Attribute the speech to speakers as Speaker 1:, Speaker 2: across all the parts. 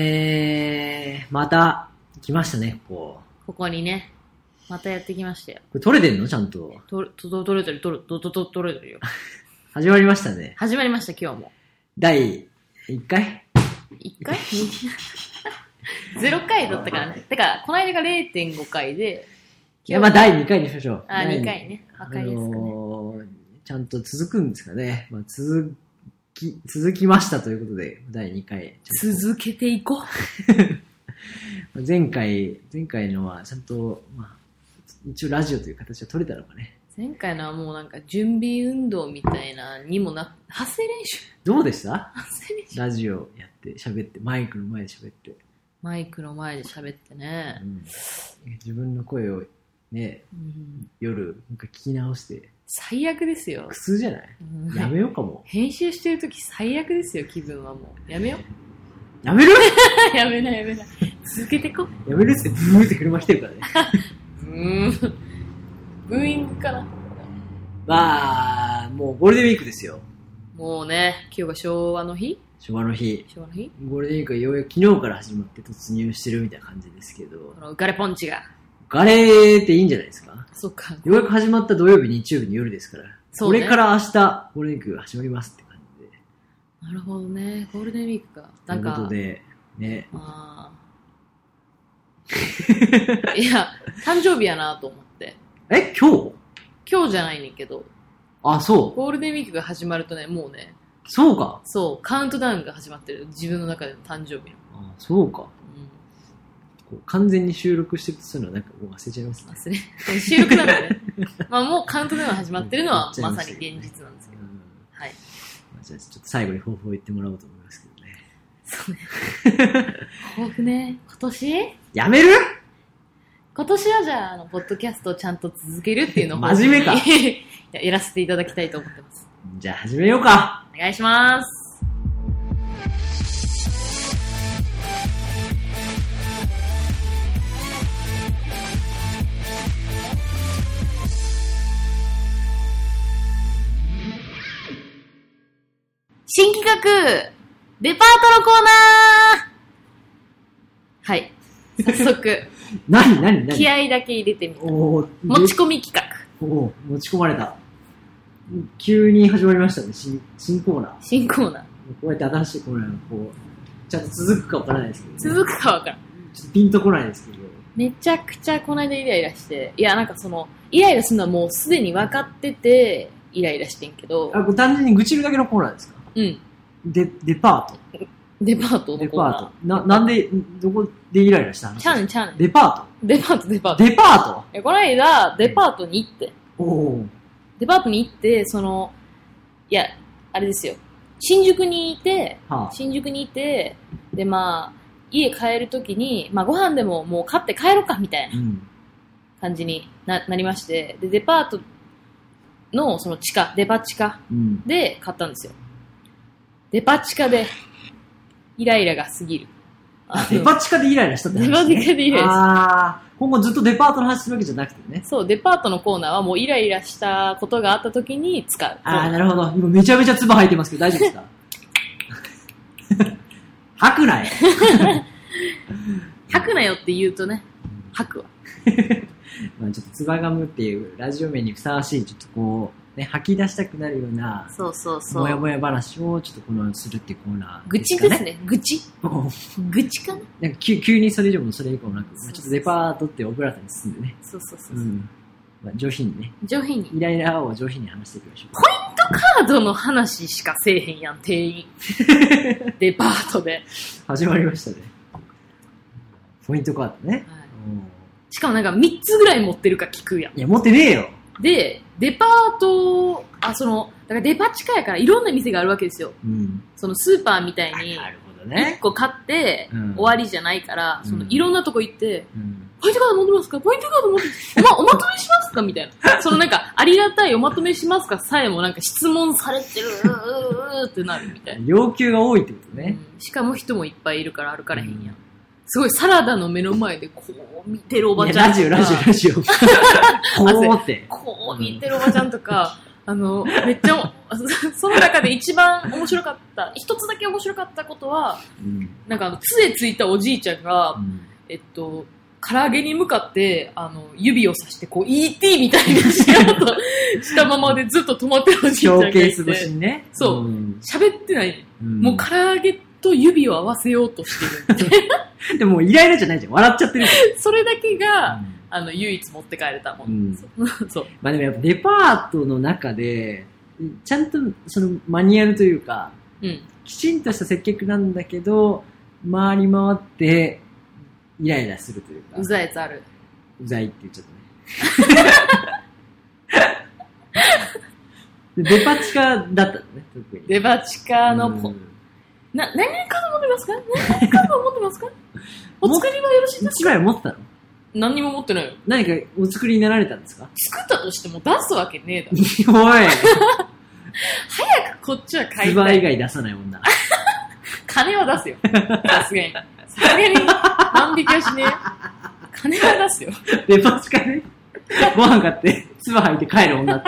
Speaker 1: えー、また、来ましたね、こ
Speaker 2: ここにね、またやってきましたよ
Speaker 1: こ。。これ取れてんのちゃんと。
Speaker 2: と、と、と、とれとる、とる、と、と、と、とれとるよ。
Speaker 1: 始まりましたね。
Speaker 2: 始まりました、今日も。
Speaker 1: 第1回
Speaker 2: 1回 ?0 回だったからね。だから、この間が0.5回で、
Speaker 1: いや、まあ、第2回にしましょう。
Speaker 2: あ、
Speaker 1: 第
Speaker 2: 2回ね。わかりやすく
Speaker 1: あ
Speaker 2: ね。
Speaker 1: のーちゃんと続くんですかね。まあ、続き、続きましたということで、第2回。ちゃんと
Speaker 2: 続けていこう。
Speaker 1: 前回、前回のは、ちゃんと、まあ、一応ラジオという形は取れたのかね。
Speaker 2: 前回のはもうなんか準備運動みたいなにもな、発声練習
Speaker 1: どうでした
Speaker 2: 発声練習
Speaker 1: ラジオやって、喋って、マイクの前で喋って。
Speaker 2: マイクの前で喋ってね
Speaker 1: う。ん自分の声をね、
Speaker 2: うん、
Speaker 1: 夜、もう一回聞き直して、
Speaker 2: 最悪ですよ
Speaker 1: 苦。痛じゃない
Speaker 2: うん
Speaker 1: やめようかも。
Speaker 2: 編集してるとき最悪ですよ、気分はもう。やめよう。
Speaker 1: やめる
Speaker 2: やめないやめない。続けてこう。
Speaker 1: やめるっつって、ブーって車来てるからね。
Speaker 2: うーん。 ブーイングかな。
Speaker 1: まあ、もうゴールデンウィークですよ。
Speaker 2: もうね、今日が昭和の日
Speaker 1: 昭和の日。
Speaker 2: 昭和の日
Speaker 1: ゴールデンウィークはようやく昨日から始まって突入してるみたいな感じですけど
Speaker 2: こ、の浮かれポンチが。
Speaker 1: ガレーっていいんじゃないですか
Speaker 2: そっか。
Speaker 1: ようやく始まった土曜日、日曜日の夜ですから、
Speaker 2: そう
Speaker 1: こ
Speaker 2: ね
Speaker 1: れから明日、ゴールデンウィークが始まりますって感じで。
Speaker 2: なるほどね。ゴールデンウィークか。なん
Speaker 1: ということ
Speaker 2: か、
Speaker 1: で、ね、
Speaker 2: あーいや、誕生日やなと思って。
Speaker 1: え、今日
Speaker 2: 今日じゃないねんけど、
Speaker 1: あ、そう。
Speaker 2: ゴールデンウィークが始まるとね、もうね、
Speaker 1: そうか。
Speaker 2: そう、カウントダウンが始まってる。自分の中での誕生日の。
Speaker 1: あ、そうか。
Speaker 2: うん
Speaker 1: こう完全に収録してるとそういうのはなんかもう忘れちゃいますね。
Speaker 2: 忘れ、 収録なんでね。まあもうカウントダウンが始まってるのは
Speaker 1: うん
Speaker 2: まさに現実なんですけ
Speaker 1: う
Speaker 2: ど。
Speaker 1: ん
Speaker 2: はい。
Speaker 1: まあじゃあちょっと最後に抱負を言ってもらおうと思いますけどね。
Speaker 2: そうね。抱負ね。今年
Speaker 1: やめる
Speaker 2: 今年はじゃあ、あの、ポッドキャストをちゃんと続けるっていうのを。
Speaker 1: 真面目か
Speaker 2: いややらせていただきたいと思ってます。
Speaker 1: じゃあ始めようか。
Speaker 2: お願いします。新企画デパートのコーナーはい。早速、
Speaker 1: 何何 何
Speaker 2: 気合だけ入れてみた。
Speaker 1: おー
Speaker 2: 持ち込み企画。
Speaker 1: おー持ち込まれた。急に始まりましたね、新新コーナー。
Speaker 2: 新コーナ
Speaker 1: こ
Speaker 2: ー。
Speaker 1: うやって新しいコーナーがこう、ちゃんと続くかわからないですけど、
Speaker 2: 続くかわからん。
Speaker 1: ちょっとピンとこないですけど、
Speaker 2: めちゃくちゃこの間イライラして、いや、なんかその、イライラするのはもうすでに分かってて、イライラしてんけど、
Speaker 1: あこれ単純に愚痴るだけのコーナーですか
Speaker 2: うん。
Speaker 1: デデパー
Speaker 2: デパート
Speaker 1: ト。
Speaker 2: の
Speaker 1: デ
Speaker 2: コーナー
Speaker 1: パ。ート。な、なんで、どこでイライラしたの
Speaker 2: ちゃうねんちゃうねん。
Speaker 1: デパ
Speaker 2: デパート、デパー
Speaker 1: ート。
Speaker 2: ト。
Speaker 1: デパート
Speaker 2: えこの間、デパートに行って、
Speaker 1: おおー
Speaker 2: デパートに行って、その、いや、あれですよ。新宿にいて、
Speaker 1: はあ、
Speaker 2: 新宿にいて、で、まあ、家帰るときに、まあ、ご飯でももう買って帰ろうか、みたいな
Speaker 1: うん。
Speaker 2: 感じにななりまして、で、デパートの、その地下、デパ地下
Speaker 1: うん。
Speaker 2: で買ったんですよ。デパ地下で、イライラが過ぎる。
Speaker 1: あ
Speaker 2: あ、の
Speaker 1: デパ地下でイライラしたって
Speaker 2: デパ地下でイライラし
Speaker 1: あー今後ずっとデパートの話するわけじゃなくてね
Speaker 2: た。。そう、デパートのコーナーはもうイライラしたことがあった時に使う。
Speaker 1: ああ、なるほど。今めちゃめちゃ唾吐いてますけど大丈夫 ですか吐くなよ。
Speaker 2: 吐くなよって言うとね、吐くわ。
Speaker 1: まあちょっと唾ガムっていうラジオ名にふさわしい、ちょっとこう、ね、吐き出したくなるような、
Speaker 2: そうそうそ
Speaker 1: もや
Speaker 2: う。
Speaker 1: もや話をちょっとこの、するっていうコーナー
Speaker 2: 愚
Speaker 1: ですか
Speaker 2: 痴で
Speaker 1: ね。
Speaker 2: すね。愚痴。
Speaker 1: も
Speaker 2: 愚痴かな
Speaker 1: う なんか急急にそれ以上もそれ以降もなく、まあ、ちょっとデパートってオブラートに包んでね。。
Speaker 2: そうそうそうう。うん
Speaker 1: まあ上品にね。
Speaker 2: 上品に。
Speaker 1: イライラを上品に話していきましょう。
Speaker 2: カードの話しかせえへんやん、店員。デパートで。
Speaker 1: 始まりましたね。ポイントカードね。
Speaker 2: はい
Speaker 1: うん
Speaker 2: しかもなんか3つぐらい持ってるか聞くやん。
Speaker 1: いや、持ってねえよ。
Speaker 2: で、デパート、あ、その、だからデパ地下やからいろんな店があるわけですよ。
Speaker 1: うん。
Speaker 2: そのスーパーみたいに、
Speaker 1: なるほど
Speaker 2: 1
Speaker 1: ね。
Speaker 2: 個買って、
Speaker 1: うん
Speaker 2: 終わりじゃないから、その
Speaker 1: うん
Speaker 2: いろんなとこ行って、
Speaker 1: うん。
Speaker 2: ポイントカード持ってますかポイントカード持ってますかおま、おまとめしますかみたい な。そのなんか、ありがたいおまとめしますかさえもなんか質問されてるってなるみたいな。
Speaker 1: 要求が多いってことね。
Speaker 2: うんしかも人もいっぱいいるから歩かれへんやん。すごいサラダの目の前でこう見てるおば
Speaker 1: い
Speaker 2: ち
Speaker 1: や
Speaker 2: ゃん
Speaker 1: ラ ジオ、ラジオ、ラジオ。こうって。
Speaker 2: こう見てるおばちゃんとか、あの、めっちゃ、 その中で一番面白かった、一つだけ面白かったことは、
Speaker 1: うん。
Speaker 2: なんかあの、杖ついたおじいちゃんが
Speaker 1: う、ん
Speaker 2: えっと、唐揚げに向かって、あの、指をさして、こう、ET みたいにしようと したままでずっと止まってるおじいち
Speaker 1: シ
Speaker 2: ゃん
Speaker 1: ョ
Speaker 2: が
Speaker 1: ー
Speaker 2: い
Speaker 1: ケー
Speaker 2: て
Speaker 1: ス、越しにね。
Speaker 2: そうん喋ってない。
Speaker 1: うん
Speaker 2: もう唐揚げと指を合わせようとしてる。
Speaker 1: でももうイライラじゃないじゃん。笑っちゃってるじ
Speaker 2: それだけ
Speaker 1: ゃ
Speaker 2: が、
Speaker 1: ん。
Speaker 2: あの、唯一持って帰れたも。
Speaker 1: うんん。
Speaker 2: そう。
Speaker 1: まあでもやっぱデパートの中で、ちゃんとそのマニュアルというか、
Speaker 2: うん。
Speaker 1: きちんとした接客なんだけど、回り回って、イライラすると いうか。
Speaker 2: うざいやつある。
Speaker 1: うざいって言っちゃったね。 でデパ地下だったのね、特に。
Speaker 2: デバ地下の
Speaker 1: うん
Speaker 2: ポ、な、何カード持ってますか何カード持ってますかお作りはよろしいです
Speaker 1: 一枚持ってたの
Speaker 2: か何にも持ってないよ。
Speaker 1: 何かお作りになられたんですか
Speaker 2: 作ったとしても出すわけねえだ
Speaker 1: おい
Speaker 2: ろ。こっちは買
Speaker 1: ツ
Speaker 2: い
Speaker 1: バ
Speaker 2: た
Speaker 1: 以
Speaker 2: い。
Speaker 1: 外出さない女。
Speaker 2: 金は出すよ。さすがに。さすがに万引きはしねえ。金は出すよ。
Speaker 1: デパ地下で ご飯買って、ツバ履いて 帰る女っ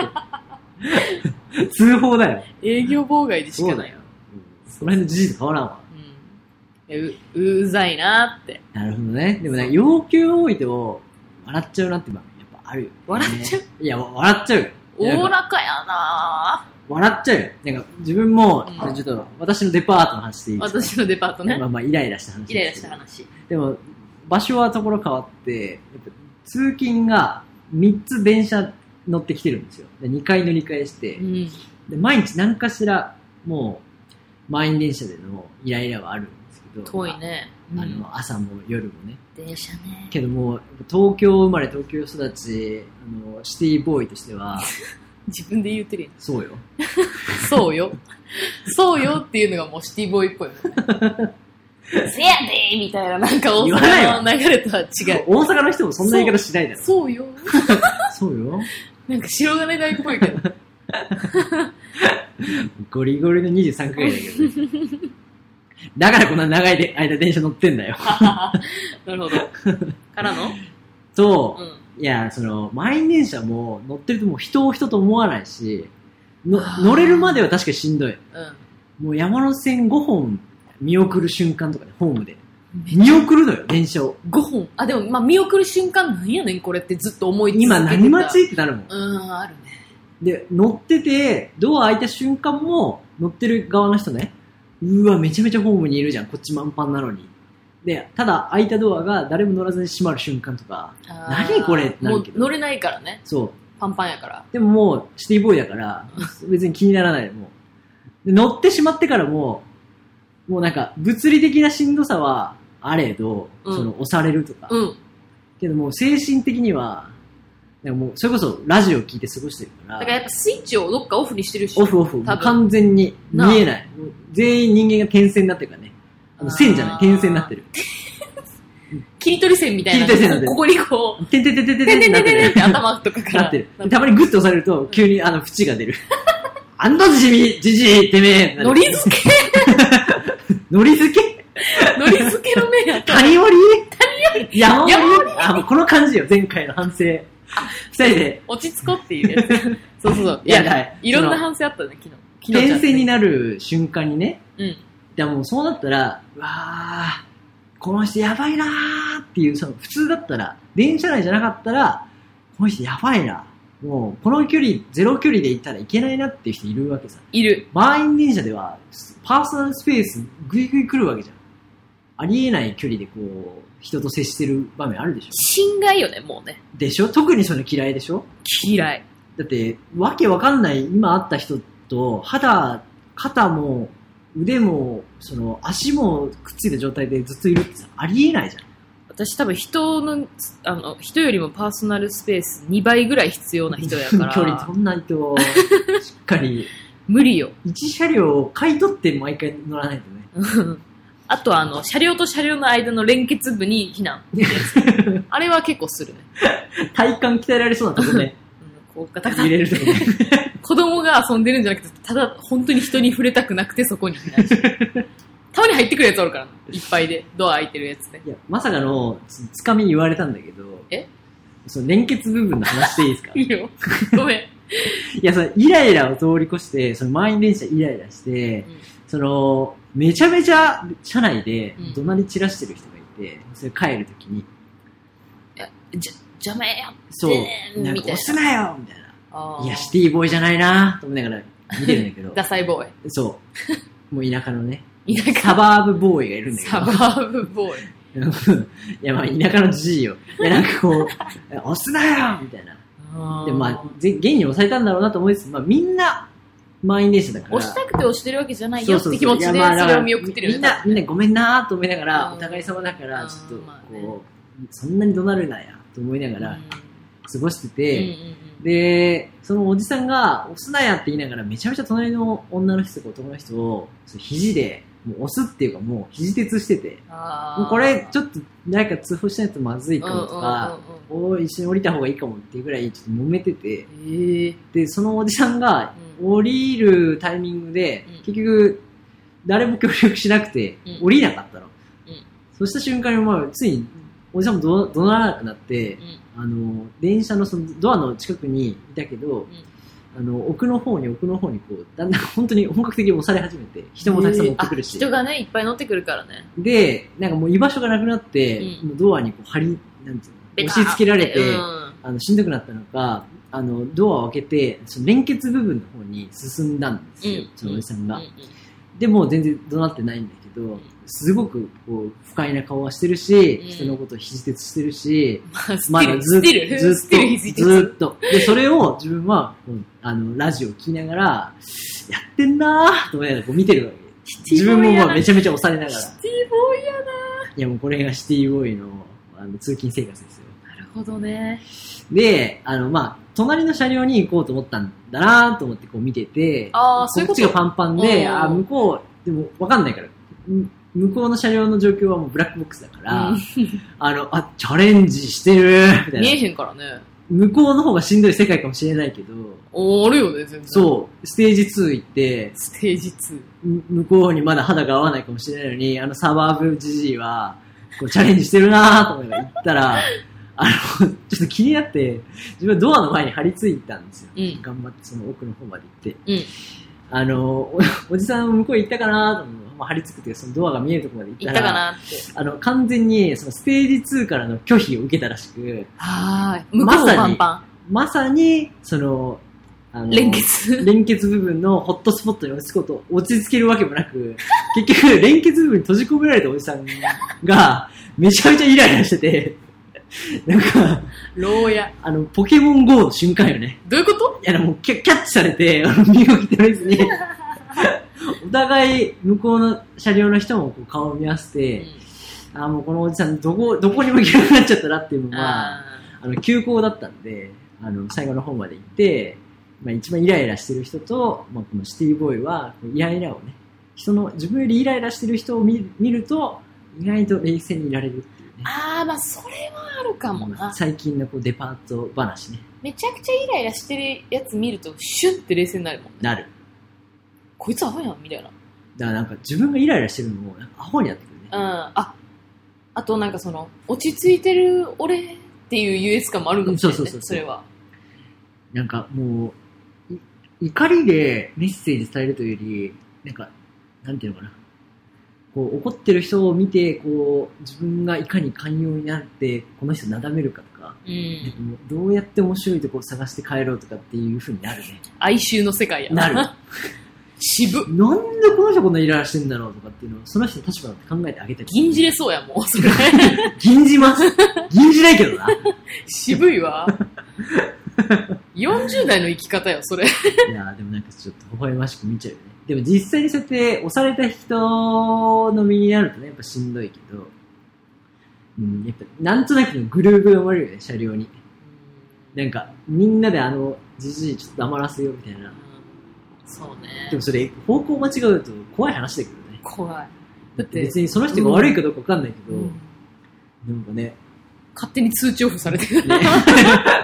Speaker 1: て。通報だよ。
Speaker 2: 営業妨害でし
Speaker 1: そ
Speaker 2: か
Speaker 1: う
Speaker 2: ない。
Speaker 1: だよ。うんその辺の事実変わらんわ。
Speaker 2: うんいやう、うざいなって。
Speaker 1: なるほどね。でもね、要求多いと、笑っちゃうなって、まあやっぱあるよ、ね。
Speaker 2: 笑っちゃう
Speaker 1: いや、笑っちゃうよ。
Speaker 2: おおらかやな
Speaker 1: 笑っちゃうよ。なんか、自分も、
Speaker 2: うん
Speaker 1: ちょっと、私のデパートの話でいいですか
Speaker 2: 私のデパートね
Speaker 1: ま。あまあ、イライラした話
Speaker 2: イライラ
Speaker 1: です
Speaker 2: し
Speaker 1: け
Speaker 2: た
Speaker 1: ど。
Speaker 2: 話。
Speaker 1: でも、場所はところ変わって、やっぱ通勤が3つ電車乗ってきてるんですよ。で2回乗り換えして
Speaker 2: う、ん。
Speaker 1: で毎日何かしら、もう、満員電車でのイライラはあるんですけど、
Speaker 2: 遠いね。
Speaker 1: まあ。あ
Speaker 2: うん
Speaker 1: の、朝も夜もね。
Speaker 2: 電車ね。
Speaker 1: けども、やっぱ東京生まれ、東京育ち、あの、シティボーイとしては、
Speaker 2: 自分で言ってるやん
Speaker 1: そうよ。
Speaker 2: そうよ。そうよっていうのがもうシティボーイっぽいもんね。せやでーみたいな、なんか大
Speaker 1: 言わないわ
Speaker 2: 阪の流れと は違う。
Speaker 1: 大阪の人もそんな言い方しないだろ。
Speaker 2: そうよ。
Speaker 1: そうよ。
Speaker 2: なんか白金大工っぽいけど。
Speaker 1: ゴリゴリの23回だけど、ね、だからこんな長いで間電車乗ってんだよ。
Speaker 2: なるほど。からのう
Speaker 1: と、
Speaker 2: ん。
Speaker 1: いや、その、満員電車も乗ってるともう人を人と思わないし、の
Speaker 2: あー
Speaker 1: 乗れるまでは確かにしんどい。
Speaker 2: う
Speaker 1: もう山手線5本見送る瞬間とかね、ホームで。
Speaker 2: ん。
Speaker 1: 見送るのよ、電車を。
Speaker 2: 5本。あ、でも、まあ、見送る瞬間なんやねん、これってずっと思い続けて
Speaker 1: 今
Speaker 2: た。
Speaker 1: 何待ちってなるもん。
Speaker 2: うん、あるね。
Speaker 1: で、乗ってて、ドア開いた瞬間も、乗ってる側の人ね、うわ、めちゃめちゃホームにいるじゃん、こっち満帆なのに。で、ただ開いたドアが誰も乗らずに閉まる瞬間とか、
Speaker 2: あー
Speaker 1: 何これってな
Speaker 2: も
Speaker 1: る
Speaker 2: う
Speaker 1: けど
Speaker 2: 乗れないからね。
Speaker 1: そう。
Speaker 2: パンパンやから。
Speaker 1: でももう、シティボーイだから、別に気にならない、もう。で乗ってしまってからも、もうなんか、物理的なしんどさは、あれど、
Speaker 2: うん
Speaker 1: その、押されるとか。
Speaker 2: うん。
Speaker 1: けどもう、精神的には、なんかもう、それこそ、ラジオ聞いて過ごしてるか
Speaker 2: だ
Speaker 1: ら、
Speaker 2: からやっぱスイッチをどっかオフにしてるし。
Speaker 1: オフオフ、も
Speaker 2: 多
Speaker 1: う
Speaker 2: 分
Speaker 1: 完全に
Speaker 2: なあ
Speaker 1: 見えない。もう全員人間が点線になってるからね。あの線じゃない、点線になってる。
Speaker 2: 切り取り線みたいな。
Speaker 1: 切り取り線になってる
Speaker 2: ここにこう、
Speaker 1: 点点点点点
Speaker 2: てんて
Speaker 1: 点
Speaker 2: ん
Speaker 1: な
Speaker 2: て
Speaker 1: って
Speaker 2: んてんてんっ
Speaker 1: る。
Speaker 2: て頭とかから。
Speaker 1: なってる。 でたまにグッと押されると、急にあの、縁が出る。あんたじみ、じじい、てめえ。
Speaker 2: のり付け、
Speaker 1: のり付け
Speaker 2: のり付けの目やと。
Speaker 1: 谷折り山折り
Speaker 2: 山
Speaker 1: あ、もうこの感じよ、前回の反省。二人で、
Speaker 2: 落ち着こっていうやつ。そうそうそう。
Speaker 1: いや、はい。
Speaker 2: いろんな
Speaker 1: その
Speaker 2: 反省あったね、昨日。昨日
Speaker 1: 転生に
Speaker 2: な
Speaker 1: なる瞬間にね、
Speaker 2: うん。
Speaker 1: でもそうなったら、うわあこの人やばいなーっていう、その普通だったら、電車内じゃなかったら、この人やばいな。もう、この距離、ゼロ距離で行ったらいけないなっていう人いるわけさ。
Speaker 2: いる。
Speaker 1: 満員電車では、パーソナルスペースぐいぐい来るわけじゃん。ありえない距離でこう、人と接してる場面あるでしょ
Speaker 2: 侵害よね、もうね。
Speaker 1: でしょ特にそれ嫌いでしょ
Speaker 2: 嫌い。
Speaker 1: だって、わけわかんない今会った人と、肌、肩も、腕も、その、足もくっついた状態でずっといるってさありえないじゃん。
Speaker 2: 私多分人の、あの、人よりもパーソナルスペース2倍ぐらい必要な人やか
Speaker 1: 距離
Speaker 2: ら。
Speaker 1: 取んない と、しっかり、
Speaker 2: 無理よ。
Speaker 1: 一車両を買い取って毎回乗らないとね。
Speaker 2: うんあとはあの、車両と車両の間の連結部に避難。あれは結構するね。
Speaker 1: 体幹鍛えられそうなとこ ね、
Speaker 2: うんこうガタガタ
Speaker 1: 入れるとこね。
Speaker 2: 子供が遊んでるんじゃなくて、ただ本当に人に触れたくなくてそこに いない。たまに入ってくるやつおるからな、いっぱいで。ドア開いてるやつで。
Speaker 1: いや、まさかの、つつかみ言われたんだけど、
Speaker 2: え
Speaker 1: その連結部分の話していいですか
Speaker 2: いいよ。ごめん。
Speaker 1: いや、そのイライラを通り越して、その満員電車イライラして、その、めちゃめちゃ車内で
Speaker 2: うん
Speaker 1: 怒鳴り散らしてる人がいて、それ帰るときに、
Speaker 2: じゃ、邪魔や
Speaker 1: そう
Speaker 2: で、ーん
Speaker 1: なんか
Speaker 2: みたいな
Speaker 1: 押すなよみたい
Speaker 2: あ
Speaker 1: な。
Speaker 2: ー
Speaker 1: いや、シティボーイじゃないなと思いなが ら見てるんだけど
Speaker 2: ダ、サいボー
Speaker 1: そう。もう田舎のね、
Speaker 2: イ。田
Speaker 1: サ
Speaker 2: 舎
Speaker 1: バーブボーイがいるんだけど
Speaker 2: サ。バーブボーイ。
Speaker 1: いや、まあ、田舎のじじいよ。いや、なんかこ う、押すなよみたいな。で、まあ、ぜ現に抑えたんだろうなと思いつつ、まあ、みんな、満員電車だから。
Speaker 2: 押したくて押してるわけじゃないよって気持ち
Speaker 1: い
Speaker 2: で
Speaker 1: やまあ
Speaker 2: それを見送ってるよ
Speaker 1: みんな、みんなごめんなーと思いなが
Speaker 2: う
Speaker 1: ら、
Speaker 2: ん
Speaker 1: お互い様だから、ちょっと、
Speaker 2: うん
Speaker 1: こ
Speaker 2: まあ
Speaker 1: う、
Speaker 2: ね
Speaker 1: そんなに怒鳴るなや、と思いなが
Speaker 2: だ
Speaker 1: ら、過ごして
Speaker 2: うん
Speaker 1: て、で、そのおじさんが、押すなやって言いながら、めちゃめちゃ隣の女の人とか男の人を、その肘で、もう押すっていうか、もう肘鉄してて、もうこれ、ち
Speaker 2: ょっ
Speaker 1: ょっと、誰か通報しないとまずいかもとか、お一緒に降りた方がいいかもっていうぐらいちょっと揉めてて
Speaker 2: ええ
Speaker 1: でそのおじさんが
Speaker 2: うん
Speaker 1: 降りるタイミングで、
Speaker 2: うん
Speaker 1: 結局誰も協力しなくて
Speaker 2: うん
Speaker 1: 降りなかったの、
Speaker 2: うん
Speaker 1: そうした瞬間に、まあ、ついにおじさんもど怒鳴らなくなって
Speaker 2: う、ん
Speaker 1: あの電車のそのドアの近くにいたけど、あの奥の方に奥の方にこうだんだん本当に本格的に押され始めて人もたくさん乗ってくるし、
Speaker 2: あ人がねいっぱい乗ってくるからね
Speaker 1: でなんかもう居場所がなくなって、
Speaker 2: うん
Speaker 1: もうドアにこう張りなんていうの押し付けられて、
Speaker 2: うん
Speaker 1: あのしんどくなったのかあのドアを開けてその連結部分の方に進んだんですよ、
Speaker 2: うん
Speaker 1: そのおじさんが、
Speaker 2: うんうん
Speaker 1: でもう全然怒鳴ってないんだけど、すごくこう不快な顔はしてるし、
Speaker 2: うん
Speaker 1: 人のことを肘鉄してるし、
Speaker 2: まあス
Speaker 1: ま
Speaker 2: ティル
Speaker 1: ずっ
Speaker 2: スティル
Speaker 1: ずっ
Speaker 2: スティル肘
Speaker 1: とずっとでそれを自分はこうあのラジオを聞きながらやってんなーと思いながらこう見てるわけ自分もまあめ
Speaker 2: ち
Speaker 1: ちゃめちゃ押されながら
Speaker 2: シティボーイやない
Speaker 1: やもうこれがシティボーイのあの通勤生活ですよ
Speaker 2: なるほどね
Speaker 1: で、あの、まあ、隣の車両に行こうと思ったんだなと思ってこう見てて、
Speaker 2: あーそういう
Speaker 1: こ
Speaker 2: こ
Speaker 1: っ
Speaker 2: と
Speaker 1: ちがパンパンで、
Speaker 2: うん
Speaker 1: あー向こう、でもわかんないから、ん向こうの車両の状況はもうブラックボックスだから、
Speaker 2: うん
Speaker 1: あの、あ、チャレンジしてるみたい
Speaker 2: 見
Speaker 1: な
Speaker 2: え。へんからね
Speaker 1: 向こうの方がしんどい世界かもしれないけど、
Speaker 2: おーあるよね全然
Speaker 1: そう、ステージ2行って、
Speaker 2: ステージ2
Speaker 1: む向こうにまだ肌が合わないかもしれないのに、あのサバーブじじいは、こうチャレンジしてるなと思いながら行ったら、あの、ちょっと気になって、自分はドアの前に張り付いたんですよ。
Speaker 2: うん
Speaker 1: 頑張ってその奥の方まで行って、
Speaker 2: うん
Speaker 1: あのおおじさん向こう行ったかなと思って、まあ、張り付くというかそのドアが見えるところまで行
Speaker 2: 行
Speaker 1: っ
Speaker 2: ったた
Speaker 1: ら
Speaker 2: かなって
Speaker 1: あの完全にそのステージ2からの拒否を受けたらしく
Speaker 2: はい向こうもパンパ
Speaker 1: まさにそのあの
Speaker 2: ン連結
Speaker 1: 連結部分のホットスポットに落ち着こうと落ち着けるわけもなく結局連結部分に閉じ込められたおじさんがめちゃめちゃイライラしててなんか
Speaker 2: 牢屋
Speaker 1: あのポケモン GO の瞬間よね
Speaker 2: どういうこと
Speaker 1: いや、でもキャキャッチされて、あの身動き取れずに、お互い向こうの車両の人もこう顔を見合わせて、あーもうこのおじさんどこ、どこにも行けなくなっちゃったなっていうのが、あ
Speaker 2: あー
Speaker 1: の、休校だったんで、あの、最後の方まで行って、まあ一番イライラしてる人と、まあこのシティボーイは、イライラをね、人の、自分よりイライラしてる人を見見ると、意外と冷静にいられるっていうね。
Speaker 2: あー、まあ、それはあるかもな。
Speaker 1: 最近のこうデパート話ね、
Speaker 2: めちゃくちゃイライラしてるやつ見ると、シュンって冷静になるもん。
Speaker 1: なる。
Speaker 2: こいつアホやん、みたいな。うん。
Speaker 1: だからなんか自分がイライラしてるのも、なんかアホになってくるね。
Speaker 2: あ、あとなんかその、落ち着いてる俺っていう優越感もあるかもしれない、
Speaker 1: う
Speaker 2: ね。
Speaker 1: んそうそうそうそう
Speaker 2: れは。
Speaker 1: なんかもう、い怒りでメッセージ伝えるというより、なんか、なんていうのかな。こう、怒ってる人を見て、こう、自分がいかに寛容になって、この人なだめるかとか、
Speaker 2: うん。
Speaker 1: もうどうやって面白いとこを探して帰ろうとかっていう風になるね。
Speaker 2: 哀愁の世界や。
Speaker 1: なる。。
Speaker 2: 渋っ。
Speaker 1: なんでこの人こんなイライラしてんだろうとかっていうのを、その人の立場だって考えてあげたり。
Speaker 2: 銀じれそうやもん、 それ。
Speaker 1: 銀じます。銀じないけどな。
Speaker 2: 渋いわ。40代の生き方よ、それ。
Speaker 1: いやーでもなんかちょっと微笑ましく見ちゃうよね。でも実際にそうやって押された人の身になるとね、やっぱしんどいけど、うん、やっぱなんとなくのグルーブが生まれるよね、車両に。なんか、みんなであの、じじいちょっと黙らせようみたいな
Speaker 2: うん。そうね
Speaker 1: で。もそれ、方向間違うと怖い話だけどね。
Speaker 2: 怖い。
Speaker 1: だ
Speaker 2: だっ
Speaker 1: って
Speaker 2: て、
Speaker 1: 別にその人が悪いかどうかわかんないけど、
Speaker 2: うん
Speaker 1: なんか ね、
Speaker 2: 勝手に通知オフされてる。
Speaker 1: ね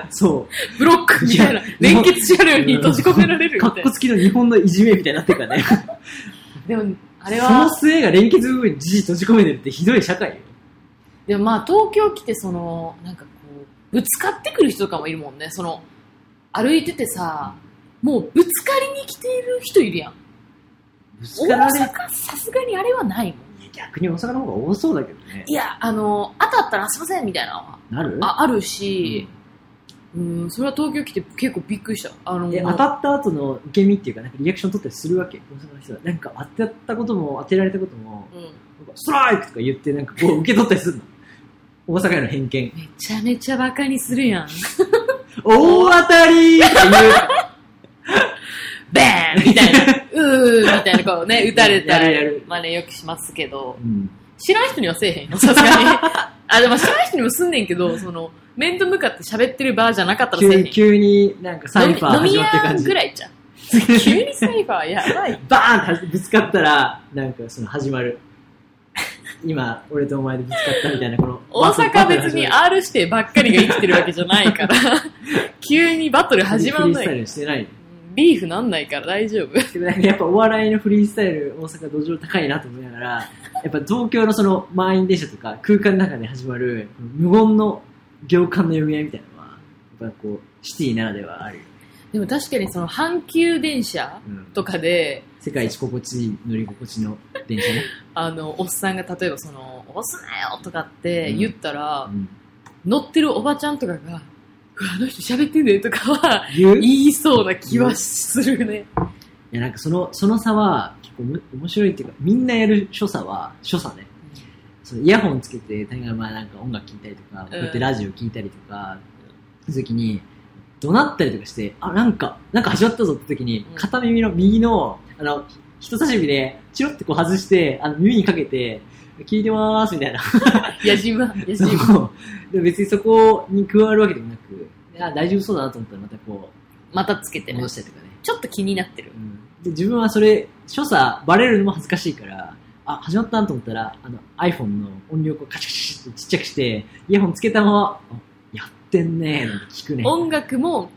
Speaker 1: そ
Speaker 2: ブロックみたいな。連結車両に閉じ込められる
Speaker 1: う、
Speaker 2: み
Speaker 1: か
Speaker 2: た
Speaker 1: っ
Speaker 2: い
Speaker 1: こ
Speaker 2: な。
Speaker 1: つきの日本のいじめみたいになってるからね。
Speaker 2: でも、あれ
Speaker 1: その
Speaker 2: は、
Speaker 1: 末が連結部分にじじい閉じ込めてるってひどい社会よ。
Speaker 2: でもまあ東京来てその、なんかこう、ぶつかってくる人とかもいるもんね。その、歩いててさ、もうぶつかりに来ている人いるやん。
Speaker 1: ぶつ
Speaker 2: 大
Speaker 1: かられ
Speaker 2: 阪、さすがにあれはないもん。
Speaker 1: 逆に大阪の方が多そうだけどね
Speaker 2: いや、あの、当たったらすいませんみたいなのは
Speaker 1: なる
Speaker 2: ああるし、うん、それは東京来て結構びっくりした。あの、
Speaker 1: で当たった後の受け身っていうかなんかリアクション取ったりするわけ大阪の人はなんか当てたことも当てられたことも
Speaker 2: うん、
Speaker 1: なんかストライクとか言ってなんかこう受け取ったりするの大阪への偏見
Speaker 2: めちゃめちゃバカにするやん。
Speaker 1: 大当たりって言う
Speaker 2: ベーンみたいな、 うーみたいな顔ね、 打たれた
Speaker 1: やるやる
Speaker 2: り、真似よくしますけど、
Speaker 1: うん
Speaker 2: 知らん人にはせえへんよ、さす がに。あ、でも知らん人にもすんねんけど、その、面と向かって喋ってるバーじゃなかったらせえへ
Speaker 1: 急
Speaker 2: ん。
Speaker 1: 急になんかサイファー
Speaker 2: 飲み
Speaker 1: 始まってる
Speaker 2: 屋
Speaker 1: 感じ
Speaker 2: ぐらいじゃん。急にサイファーやばい。
Speaker 1: バーンってぶつかったら、なんかその始まる。今、俺とお前でぶつかったみたいな、この。
Speaker 2: 大阪別に
Speaker 1: バ
Speaker 2: R 指定ばっかりが生きてるわけじゃないから、 急にバトル
Speaker 1: トル
Speaker 2: 始
Speaker 1: 始ま
Speaker 2: ま
Speaker 1: る
Speaker 2: ん
Speaker 1: フリー
Speaker 2: な
Speaker 1: スタイ
Speaker 2: い。
Speaker 1: ルしてない。
Speaker 2: ビーフなんないから大丈夫。
Speaker 1: けどなんかやっぱお笑いのフリースタイル、大阪土壌高いなと思いながら、やっぱ東京のその満員電車とか空間の中で始まる、無言の行間の読み合いみたいなのは、やっぱこう、シティならではある。
Speaker 2: でも確かにその阪急電車
Speaker 1: うん
Speaker 2: とかで、
Speaker 1: 世界一心地いい乗り心地の電車ね。
Speaker 2: あの、おっさんが例えばその、押すなよとかって言ったら
Speaker 1: う、ん
Speaker 2: 乗ってるおばちゃんとかが、うわ、あの人喋ってんねとかは、
Speaker 1: 言う
Speaker 2: 言いそうな気はするね。
Speaker 1: いやなんかそのその差は結構む面白いっていうかみんなやる所作は所作ねそのイヤホンつけて大概まあなんか音楽聴いたりとかこうやってラジオ聴いたりとかする時に怒鳴ったりとかしてあなんかなんか始まったぞって時に
Speaker 2: うん
Speaker 1: 片耳の右のあの人差し指でチロってこう外してあの耳にかけて聞いてまーすみたいな
Speaker 2: 矢島、矢
Speaker 1: そ
Speaker 2: 島。
Speaker 1: うで別にそこに加わるわけでもなくあ大丈夫そうだなと思ったらまたこ
Speaker 2: またつけて
Speaker 1: う
Speaker 2: ね
Speaker 1: 戻。したりとかね
Speaker 2: ちょっと気になってる
Speaker 1: う。んで自分はそれ所作バレるのも恥ずかしいからあ始まったなと思ったらあの iPhone の音量をカチャカチャカチャってちっちゃくしてイヤホンつけたままあやってんねーなんて聞くね
Speaker 2: 音楽も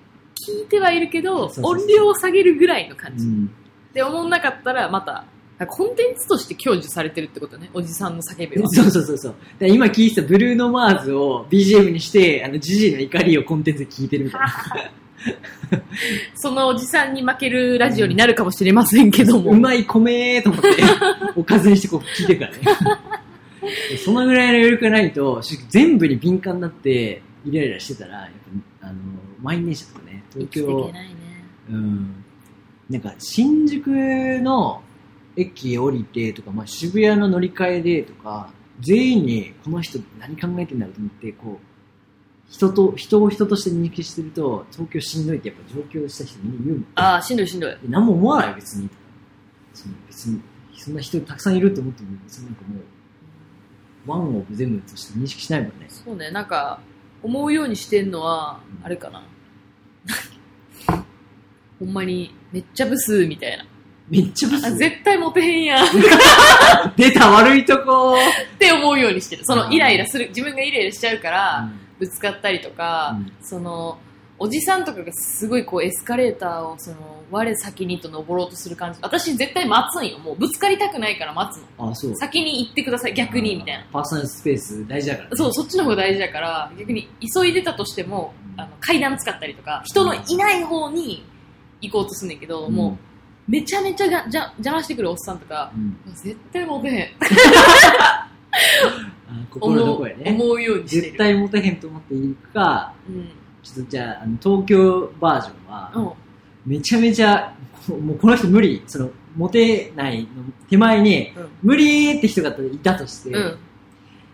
Speaker 2: 聞いてはいるけど、
Speaker 1: そうそうそう
Speaker 2: 音量を下げるぐらいの感
Speaker 1: う
Speaker 2: じ。
Speaker 1: ん、
Speaker 2: で、思んなかったらまた、コンテンツとして享受されてるってことね。おじさんの叫びは。
Speaker 1: そうそうそうそうで今聞いてたブルーノ・マーズを BGM にしてあのジジイの怒りをコンテンツで聞いてるみたいな
Speaker 2: そのおじさんに負けるラジオになるかもしれませんけども。
Speaker 1: うまい米ーと思っておかずにしてこう聞いてるからねそのぐらいの余力がないとし全部に敏感になってイライラしてたらやっぱあの満員電車とかね
Speaker 2: 生
Speaker 1: 東
Speaker 2: きてい
Speaker 1: 京
Speaker 2: けないね。
Speaker 1: うんなんか新宿の駅降りてとか、まあ、渋谷の乗り換えでとか全員にこの人何考えてんだろうと思ってこう人と人を人として認識してると東京しんどいってやっぱ上京した人みんな言うもん
Speaker 2: ああ、しんどいしんどい。
Speaker 1: で何も思わない別にその別にそんな人たくさんいると思っても別になんかもうワンを全部として認識しないもんね
Speaker 2: そうね、なんか、思うようにしてんのは
Speaker 1: う、ん
Speaker 2: あれかな。 ほんまに、めっちゃブスみたいな。
Speaker 1: めっちゃブ
Speaker 2: あ、
Speaker 1: ス
Speaker 2: 絶対モテへんやんっ
Speaker 1: 出た悪いとこ、
Speaker 2: て思うようにしてる。その、
Speaker 1: うん
Speaker 2: イライラする、自分がイライラしちゃうから、ぶつかったりとか、
Speaker 1: うん
Speaker 2: その、おじさんとかがすごいこうエスカレーターをその我先にと登ろうとする感じ私絶対待つんよもうぶつかりたくないから待つの
Speaker 1: あそう
Speaker 2: 先に行ってください逆にみたいな
Speaker 1: パーソナルスペース大事だからね、
Speaker 2: そう、そっちの方が大事だから、逆に急いでたとしても、あの階段使ったりとか、人のいない方に行こうとすんねんけど、もう、めちゃめちゃがじゃ邪魔してくるおっさんとか、
Speaker 1: うん、うん
Speaker 2: 絶対モテへん。
Speaker 1: あ心
Speaker 2: 思
Speaker 1: の
Speaker 2: う
Speaker 1: 声ね
Speaker 2: 思うようにしてる。
Speaker 1: 絶対モテへんと思っていくか
Speaker 2: うん。
Speaker 1: ちょっとじゃああの東京バージョンは、
Speaker 2: うん。
Speaker 1: めちゃめちゃこもうこの人無理そのモテないの手前に無理って人がいたとして、
Speaker 2: うん。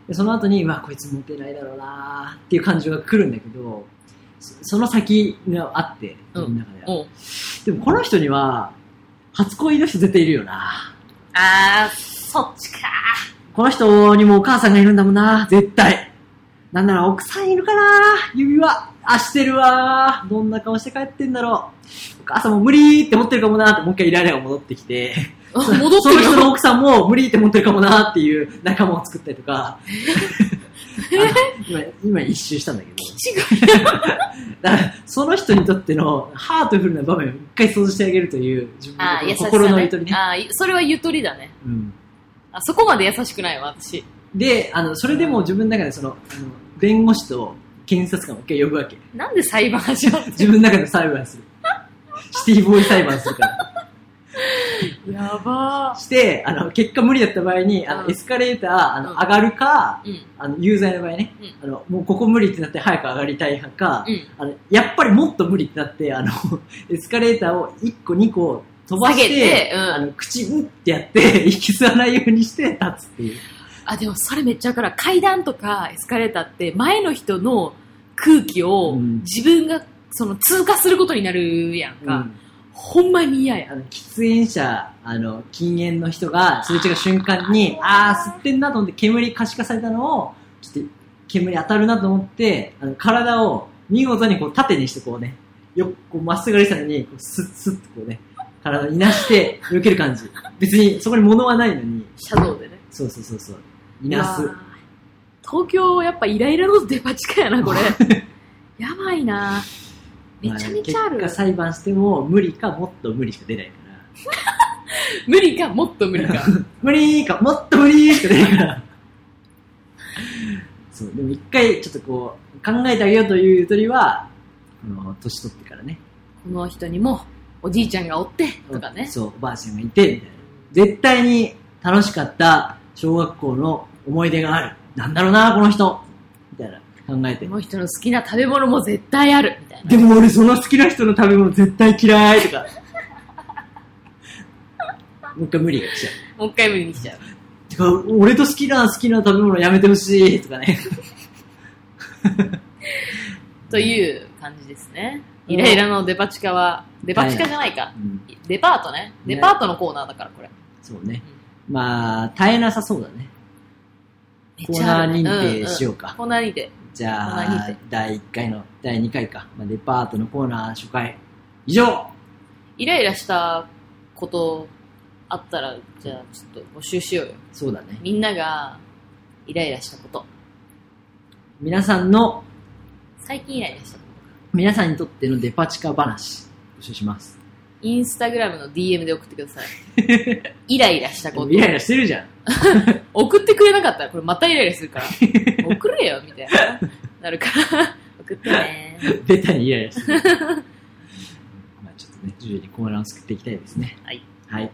Speaker 1: でその後にうわこいつモテないだろうなーっていう感情が来るんだけどそその先があって
Speaker 2: うん
Speaker 1: 自分の中では、
Speaker 2: うん。
Speaker 1: でもこの人には初恋の人絶対いるよな
Speaker 2: あー、そっちか。
Speaker 1: この人にもお母さんがいるんだもんな絶対なんなら奥さんいるかな指輪あしてるわーどんな顔して帰ってんだろうお母さんも無理ーって思ってるかもなーってもう一回イライラが戻ってきて
Speaker 2: 戻って
Speaker 1: その
Speaker 2: る
Speaker 1: 人
Speaker 2: よ。
Speaker 1: の奥さんも無理って思ってるかもなーっていう仲間を作ったりとかあ今今一周したんだけどだからその人にとってのハートフルな場面を一回想像してあげるという自分
Speaker 2: あー、優
Speaker 1: の
Speaker 2: しさ、ね。
Speaker 1: 心のゆとりね、
Speaker 2: あー、いそれはゆとりだね。
Speaker 1: うん、
Speaker 2: あ、そこまで優しくないわ、私。
Speaker 1: であのそれでも自分の中でそのあの弁護士と検察官を一回呼ぶわけ。
Speaker 2: なんで裁判始まっ
Speaker 1: 自分の中で裁判 する。シティボーイ裁判するから。
Speaker 2: てやば
Speaker 1: して、あの、結果無理だった場合に、あ
Speaker 2: う
Speaker 1: の、
Speaker 2: ん
Speaker 1: エスカレーター、あの、
Speaker 2: うん
Speaker 1: 上がるか、
Speaker 2: ー。うん。
Speaker 1: あの、有罪の場合ね、あの、もうここ無理ってなって早く上がりたい派か
Speaker 2: う、ん。
Speaker 1: あの、やっぱりもっと無理ってなって、あの、 エスカレーターを1個2個飛ばして、
Speaker 2: 下げてうん
Speaker 1: あの、口うんってやって、 行き吸わないようにして立つっていう。
Speaker 2: あ、でもそれめっちゃわからん階段とかエスカレーターって前の人の空気を
Speaker 1: うん
Speaker 2: 自分がその通過することになるやん
Speaker 1: う
Speaker 2: か。
Speaker 1: ん
Speaker 2: ほんまに嫌や。
Speaker 1: あの喫煙者、あの、禁煙の人がすれ違う瞬間に、あー、吸ってんなと思って煙可視化されたのを、ちょっと煙当たるなと思って、あの体を見事にこう縦にしてこうね、よっこうまっすぐ歩いてたのに、こうスッスッとこうね、体をいなして、避ける感じ。別にそこに物はないのに、
Speaker 2: シャドウでね。
Speaker 1: そうそうそうそう、いなす
Speaker 2: う。わ東京やっぱイライラのデパ地下やな、 これ。やばいなめちゃめちゃあ
Speaker 1: ま
Speaker 2: る
Speaker 1: 結果。裁判しても無理かもっと無理しか出ないから。
Speaker 2: 無理か、もっと無理か。
Speaker 1: 無理か、もっと無理しかないから。そう、でも一回ちょっとこう、考えてあげようというゆとりは、あの、年取ってからね。
Speaker 2: この人にもおじいちゃんがおって、とかね。
Speaker 1: そう、おばあちゃんがいて、みたいな。絶対に楽しかった小学校の思い出がある。なんだろうな、この人。みたいな。考えて
Speaker 2: こ。の人の好きな食べ物も絶対ある、みたいな。
Speaker 1: でも俺その好きな人の食べ物絶対嫌いとか。 もう一回無理が来ちゃう。
Speaker 2: もう一回無理にしちゃう。
Speaker 1: てか、俺と好きな好きな食べ物やめてほしいとかね。
Speaker 2: という感じですね。イライラのデパ地下は、デパ地下じゃないか。
Speaker 1: うん
Speaker 2: デパートね。
Speaker 1: ね
Speaker 2: デパートのコーナーだから、これ。
Speaker 1: そうね。まあ、耐えなさそうだね。コーナー認定しようか。
Speaker 2: コーナー認定。
Speaker 1: じゃ
Speaker 2: コーナー
Speaker 1: あ
Speaker 2: 認定、
Speaker 1: 第1回の、第2回か。まあ、デパートのコーナー初回。以上
Speaker 2: イライラしたことあったら、じゃあちょっと募集しようよ。
Speaker 1: そうだね。
Speaker 2: みんながイライラしたこと。
Speaker 1: 皆さんの、
Speaker 2: 最近イライラしたこと。
Speaker 1: 皆さんにとってのデパ地下話、募集します。
Speaker 2: インスタグラムの DM で送ってくださ い。イライラしたこと
Speaker 1: イ。ライラしてるじゃん。
Speaker 2: 送ってくれなかったら、これまたイライラする から。送れよ、みたいな。なるから。送ってね。
Speaker 1: ベタにイライラしてる。 まあ、ちょっとね、徐々にコーナーを作っていきたいですね。
Speaker 2: はい。
Speaker 1: はい。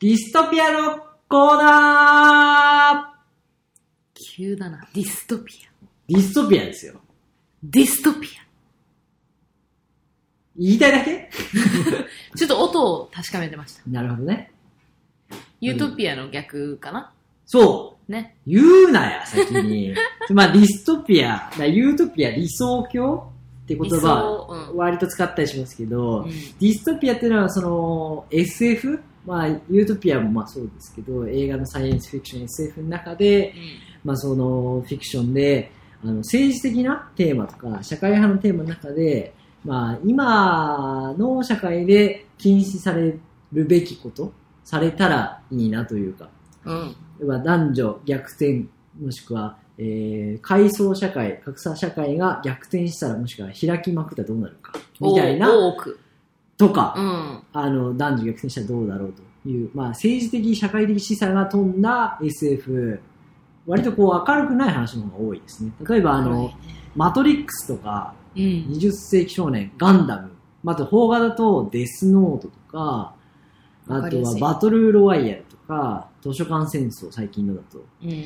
Speaker 1: ディストピアのコーナ
Speaker 2: 急だな。ディストピア。
Speaker 1: ーディストピアですよ。
Speaker 2: ディストピ
Speaker 1: 言いたいだけ
Speaker 2: ア。ちょっと音を確かめてました。
Speaker 1: なるほどね。
Speaker 2: ユートピアの逆かな
Speaker 1: そう。
Speaker 2: ね。
Speaker 1: 言うなや、先 に。まあ、ディストピア、だユートピア、理想郷って言
Speaker 2: 理
Speaker 1: 葉、
Speaker 2: 想うん。
Speaker 1: 割と使ったりしますけど、
Speaker 2: うん
Speaker 1: ディストピアっていうのは、その、SF? まあ、ユートピアもまあそうですけど、映画のサイエンスフィクション、SF の中で、まあ、その、フィクションで、あの、政治的なテーマとか、社会派のテーマの中で、まあ、今の社会で禁止されるべきこと、されたらいいなというか、
Speaker 2: うん。うん。
Speaker 1: は男女逆転もしくは、えー階層社会格差社会が逆転したらもしくは開きまくったらどうなるかみたいな
Speaker 2: 多く。
Speaker 1: と
Speaker 2: う
Speaker 1: か、
Speaker 2: ん。
Speaker 1: あの男女逆転したらどうだろうという、まあ、政治的社会的示唆が富んだ SF 割とこう明るくない話の方が多いですね例えばあの、マトリックス」とか
Speaker 2: うん。
Speaker 1: 20世紀少年、ガンダム。また、邦画だと、デスノートとか、
Speaker 2: わ
Speaker 1: あ
Speaker 2: かり
Speaker 1: と
Speaker 2: や
Speaker 1: は
Speaker 2: すい
Speaker 1: バトルロワイヤルとか、図書館戦争、最近のだと。
Speaker 2: うん。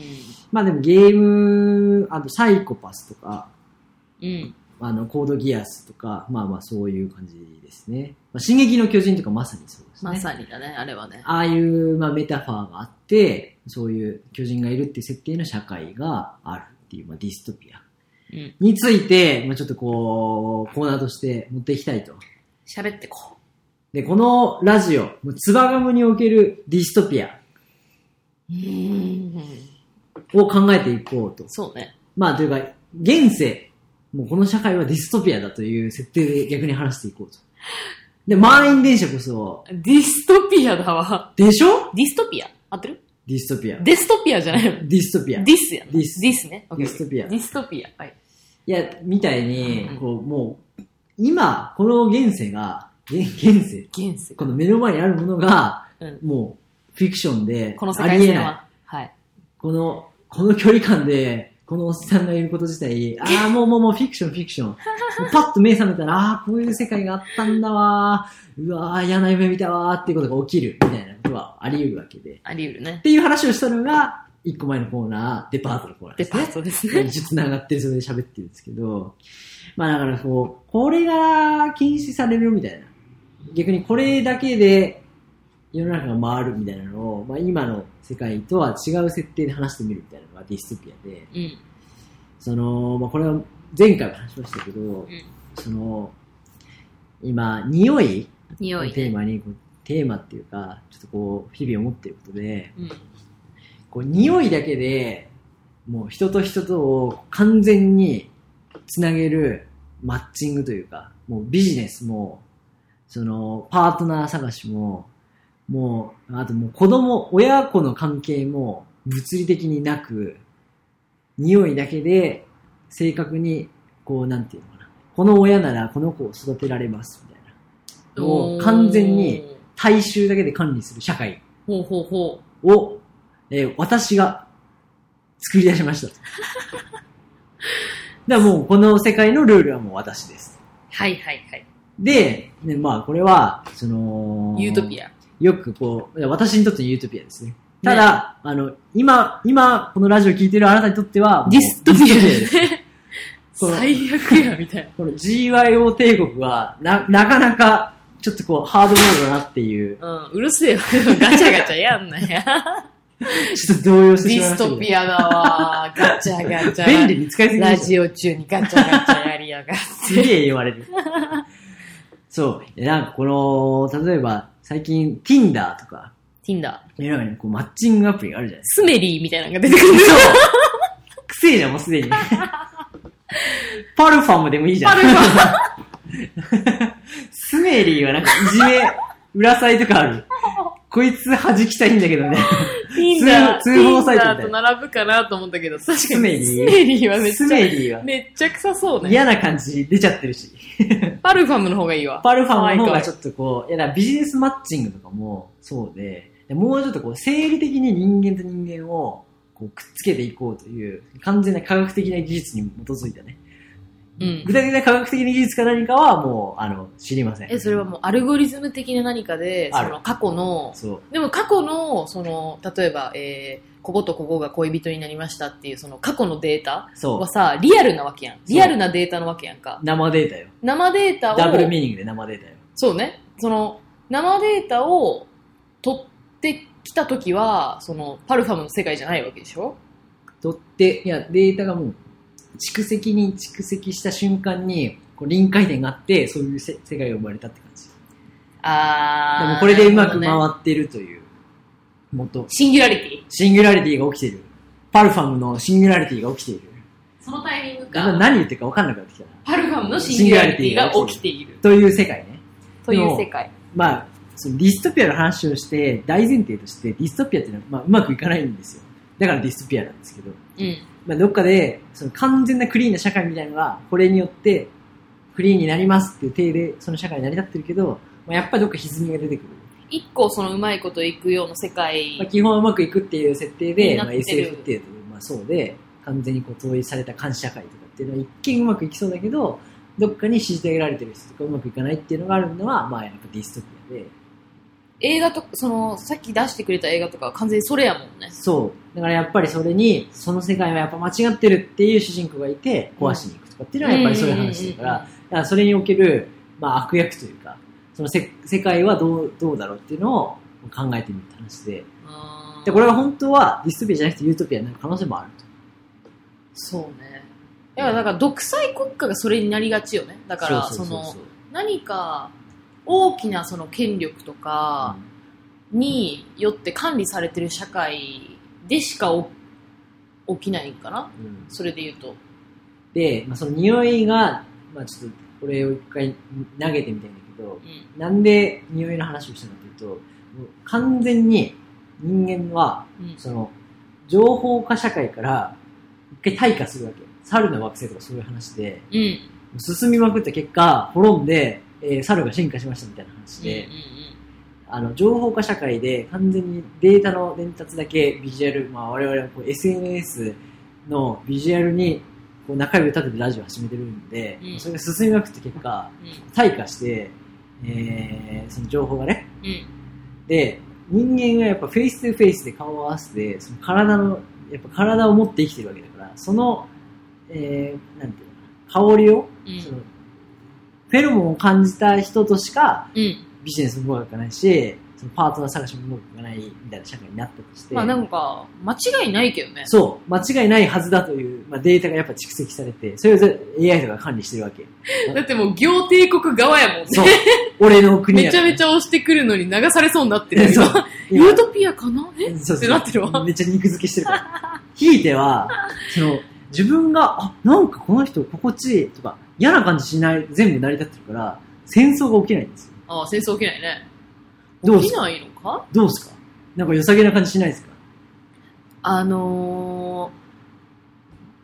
Speaker 1: まあでもゲーム、あとサイコパスとか、
Speaker 2: うん。
Speaker 1: あの、コードギアスとか、まあまあそういう感じですね。まあ、進撃の巨人とかまさにそうですね。
Speaker 2: まさにだね、あれはね。
Speaker 1: ああいう、まあ、メタファーがあって、そういう巨人がいるっていう設定の社会があるっていう、まあ、ディストピア
Speaker 2: うん。
Speaker 1: について、まあ、ちょっとこう、コーナーとして持っていきたいと。
Speaker 2: 喋ってこ
Speaker 1: で、このラジオ、もうツバガムにおけるディストピア
Speaker 2: う。うん。
Speaker 1: を考えていこうと。
Speaker 2: そうね。
Speaker 1: まあ、というか、現世、もうこの社会はディストピアだという設定で逆に話していこうと。で、満員電車こそ、
Speaker 2: ディストピアだわ。
Speaker 1: でしょ
Speaker 2: ディストピア合ってる
Speaker 1: ディストピア。デ
Speaker 2: デストピアじゃないの。
Speaker 1: ィストピア。
Speaker 2: ディスやな。
Speaker 1: ディス
Speaker 2: ディスね。
Speaker 1: ディストピア
Speaker 2: ディストピア。はい。
Speaker 1: いや、みたいに
Speaker 2: うん、
Speaker 1: こう、もう、今、この現世が、げ現世、
Speaker 2: 現世。
Speaker 1: この目の前にあるものが、
Speaker 2: うん
Speaker 1: もう、フィクションで、
Speaker 2: この世
Speaker 1: あ
Speaker 2: 界
Speaker 1: りえ
Speaker 2: 線
Speaker 1: ない。
Speaker 2: は。はい。
Speaker 1: この、この距離感で、このおっさんがいること自体、 ああ、もうもうもうフィクションフィクション。もうパッと目覚めたら、ああ、こういう世界があったんだわー。うわー、嫌な夢見たわーっていうことが起きる、みたいなことはあり得るわけで。っ
Speaker 2: あり得るね。
Speaker 1: ていう話をしたのが、一個前のコーナー、デパートのコーナーです
Speaker 2: デパ
Speaker 1: ね。
Speaker 2: ートですね。
Speaker 1: 一応繋がってるそれで喋ってるんですけど、まあだからこう、これが禁止されるみたいな。逆にこれだけで世の中が回るみたいなのを、まあ今の世界とは違う設定で話してみるみたいなのがディストピアで、
Speaker 2: うん。
Speaker 1: その、まあこれは前回も話しましたけど
Speaker 2: う、ん。
Speaker 1: その、今、匂いを
Speaker 2: 匂い
Speaker 1: テー
Speaker 2: ね。
Speaker 1: マに、こうテーマっていうか、ちょっとこう、日々思ってることで、
Speaker 2: うん。
Speaker 1: こう匂いだけでもう人と人とを完全につなげるマッチングというかもうビジネスもそのパートナー探しももうあともう子供親子の関係も物理的になく匂いだけで正確にこうなんていうのかなこの親ならこの子を育てられますみたいなもう完全に。大衆だけで管理する社会
Speaker 2: ほうほうほ
Speaker 1: を、えー私が作り出しま したと。だからもうこの世界のルールはもう私です。
Speaker 2: う。はいはいはい。
Speaker 1: で、ね、まあこれは、その、
Speaker 2: ユートピア。
Speaker 1: よくこう、いや私にとってのユートピアですね。ただ、あの、今、今、このラジオ聞いてるあなたにとっては、もう
Speaker 2: ディストピア
Speaker 1: ディストです。
Speaker 2: ですね。
Speaker 1: そう
Speaker 2: 最悪や、みたいな。
Speaker 1: この GYO 帝国は、な、なかなか、ちょっとこう、ハードモードだなっていう、
Speaker 2: うん、うるせえよ。 ガチャガチャやんなや。
Speaker 1: ちょっと動揺し
Speaker 2: デ
Speaker 1: てし
Speaker 2: ィ
Speaker 1: まいまし
Speaker 2: ス
Speaker 1: た
Speaker 2: ト
Speaker 1: け
Speaker 2: ピアだわ。ガチャガチャ。
Speaker 1: ど。便利に使いすぎで
Speaker 2: ラ
Speaker 1: しょ
Speaker 2: ジオ中にガチャガチャやりやがっ
Speaker 1: す げえ言われる。そう。なんかこの、例えば、最近 Tinder とか、
Speaker 2: て。Tinder。
Speaker 1: 目の前にこうマッチングアプリがあるじゃないです
Speaker 2: スメリーみたいなのが出てくる。
Speaker 1: か。くせえじゃん、もうすでに。パルファムでもいいじゃん。
Speaker 2: パルフ
Speaker 1: スメリーはなんかいじめ、裏サイとかある。 こいつ弾きたいんだけどね。
Speaker 2: Tinder。
Speaker 1: 通報サイトみたい
Speaker 2: Tinder と並ぶかなと思ったけど、確かに。
Speaker 1: スメリー
Speaker 2: スメリーはめっち
Speaker 1: スメ
Speaker 2: ゃ、
Speaker 1: リーは
Speaker 2: めっちゃ臭そうね。
Speaker 1: 嫌な感じ出ちゃってるし。
Speaker 2: パルファムの方がいいわ。
Speaker 1: パルファムの方がちょっとこう、いやだからビジネスマッチングとかもそうで、でもうちょっとこう、生理的に人間と人間をこうくっつけていこうという、完全な科学的な技術に基づいたね。
Speaker 2: うん
Speaker 1: 具体的な科学的な技術か何かはもう、あの、知りません。
Speaker 2: え、それはもうアルゴリズム的な何かで、
Speaker 1: あ
Speaker 2: そ
Speaker 1: る
Speaker 2: の過去の、
Speaker 1: そう。
Speaker 2: でも過去の、その、例えば、えー、こことここが恋人になりましたっていう、その過去のデータ
Speaker 1: そ
Speaker 2: はさ、リアルなわけやん。リアルなデータなわけやんか
Speaker 1: う。。生データよ。
Speaker 2: 生データを、
Speaker 1: ダブルミーニングで生データよ。
Speaker 2: そうね。その、生データを取ってきたときは、その、パルファムの世界じゃないわけでしょ
Speaker 1: 取って、いや、データがもう、蓄積に蓄積した瞬間に、こう臨界点があって、そういうせ世界が生まれたって感じ。
Speaker 2: あ
Speaker 1: で
Speaker 2: ー。
Speaker 1: もこれでうまく回
Speaker 2: なるほどね
Speaker 1: ってるという、元。
Speaker 2: シンギュラリティ
Speaker 1: シンギュラリティが起きている。パルファムのシンギュラリティが起きている。
Speaker 2: そのタイミング
Speaker 1: だんだん
Speaker 2: か、
Speaker 1: 何言ってるか分かんなくなってきたな。
Speaker 2: パルファムのシンギュラリティが起きている。
Speaker 1: という世界ね。
Speaker 2: という世界。
Speaker 1: まあ、そのディストピアの話をして、大前提としてディストピアっていうのは、まあ、うまくいかないんですよ。だからディストピアなんですけど。
Speaker 2: うん。
Speaker 1: まあ、どっかで、その完全なクリーンな社会みたいなのが、これによって、クリーンになりますっていう体で、その社会に成り立ってるけど、まあ、やっぱりどっか歪みが出てくる。
Speaker 2: 一個そのうまいこといくような世界
Speaker 1: まあ、基本はうまくいくっていう設定
Speaker 2: に
Speaker 1: で、
Speaker 2: なっ
Speaker 1: まあ、
Speaker 2: てる
Speaker 1: SF っていうと、まあ、そうで、完全にこう統一された監視社会とかっていうのは一見うまくいきそうだけど、どっかに虐げられてる人とかうまくいかないっていうのがあるのは、まあやっぱディストピアで。
Speaker 2: 映画とそのさっき出してくれた映画とかは完全にそれやもんね
Speaker 1: そう。だからやっぱりそれに、その世界はやっぱ間違ってるっていう主人公がいて、壊しに行くとかっていうのはやっぱりそういう話だから、だからそれにおける、まあ悪役というか、そのせ世界はどう、どうだろうっていうのを考えてみるって話で。
Speaker 2: あー
Speaker 1: で、これは本当はディストピアじゃなくてユートピアになる可能性もあると。
Speaker 2: そうねいやだから独裁国家がそれになりがちよねだから
Speaker 1: う
Speaker 2: そう
Speaker 1: う
Speaker 2: の
Speaker 1: う
Speaker 2: 何か大きなその権力とかによって管理されてる社会でしかお起きないんかな
Speaker 1: うん
Speaker 2: それで言うと
Speaker 1: で、まあ、その匂いが、まあ、ちょっとこれを一回投げてみたいんだけど
Speaker 2: うん
Speaker 1: なんで匂いの話をしたかというともう完全に人間は
Speaker 2: うん
Speaker 1: その情報化社会から一回退化するわけ猿の惑星とかそういう話で、
Speaker 2: うん。
Speaker 1: 進みまくった結果、滅んで、えー猿が進化しましたみたいな話で、
Speaker 2: うんうん
Speaker 1: あの、情報化社会で完全にデータの伝達だけビジュアル、まあ我々はこう SNS のビジュアルにこう中指を立ててラジオを始めてるんで、
Speaker 2: うん
Speaker 1: それが進みまくった結果、退化して、えーその情報がね、
Speaker 2: うん。うん。
Speaker 1: で、人間がやっぱフェイス2フェイスで顔を合わせて、その体の、やっぱ体を持って生きてるわけだから、その、えーなんていうのかな、香りを、
Speaker 2: うん
Speaker 1: その、フェロモンを感じた人としか、
Speaker 2: うん。
Speaker 1: ビジネスもうまくいかないし、そのパートナー探しもうまくいかないみたいな社会になったとして、
Speaker 2: まあなんか、間違いないけどね。
Speaker 1: そう、間違いないはずだという、まあ、データがやっぱ蓄積されて、それをぜ AI とかが管理してるわけ。
Speaker 2: だってもう、行帝国側やもんね。
Speaker 1: そう、 俺の国
Speaker 2: めちゃめち
Speaker 1: ゃ
Speaker 2: ゃ押してくるのに流されそうになってる。
Speaker 1: そう
Speaker 2: 今
Speaker 1: 今
Speaker 2: ユートピアかなえ
Speaker 1: そう
Speaker 2: ってなってるわ
Speaker 1: めっちゃ肉付けしてるから。ひいては、その、自分が、あ、なんかこの人心地いいとか、嫌な感じしない、全部成り立ってるから、戦争が起きないんですよ。
Speaker 2: ああ、戦争起きないね。
Speaker 1: どうで
Speaker 2: 起
Speaker 1: す
Speaker 2: き
Speaker 1: か
Speaker 2: ないのか
Speaker 1: どうですかなんか良さげな感じしないですか
Speaker 2: あの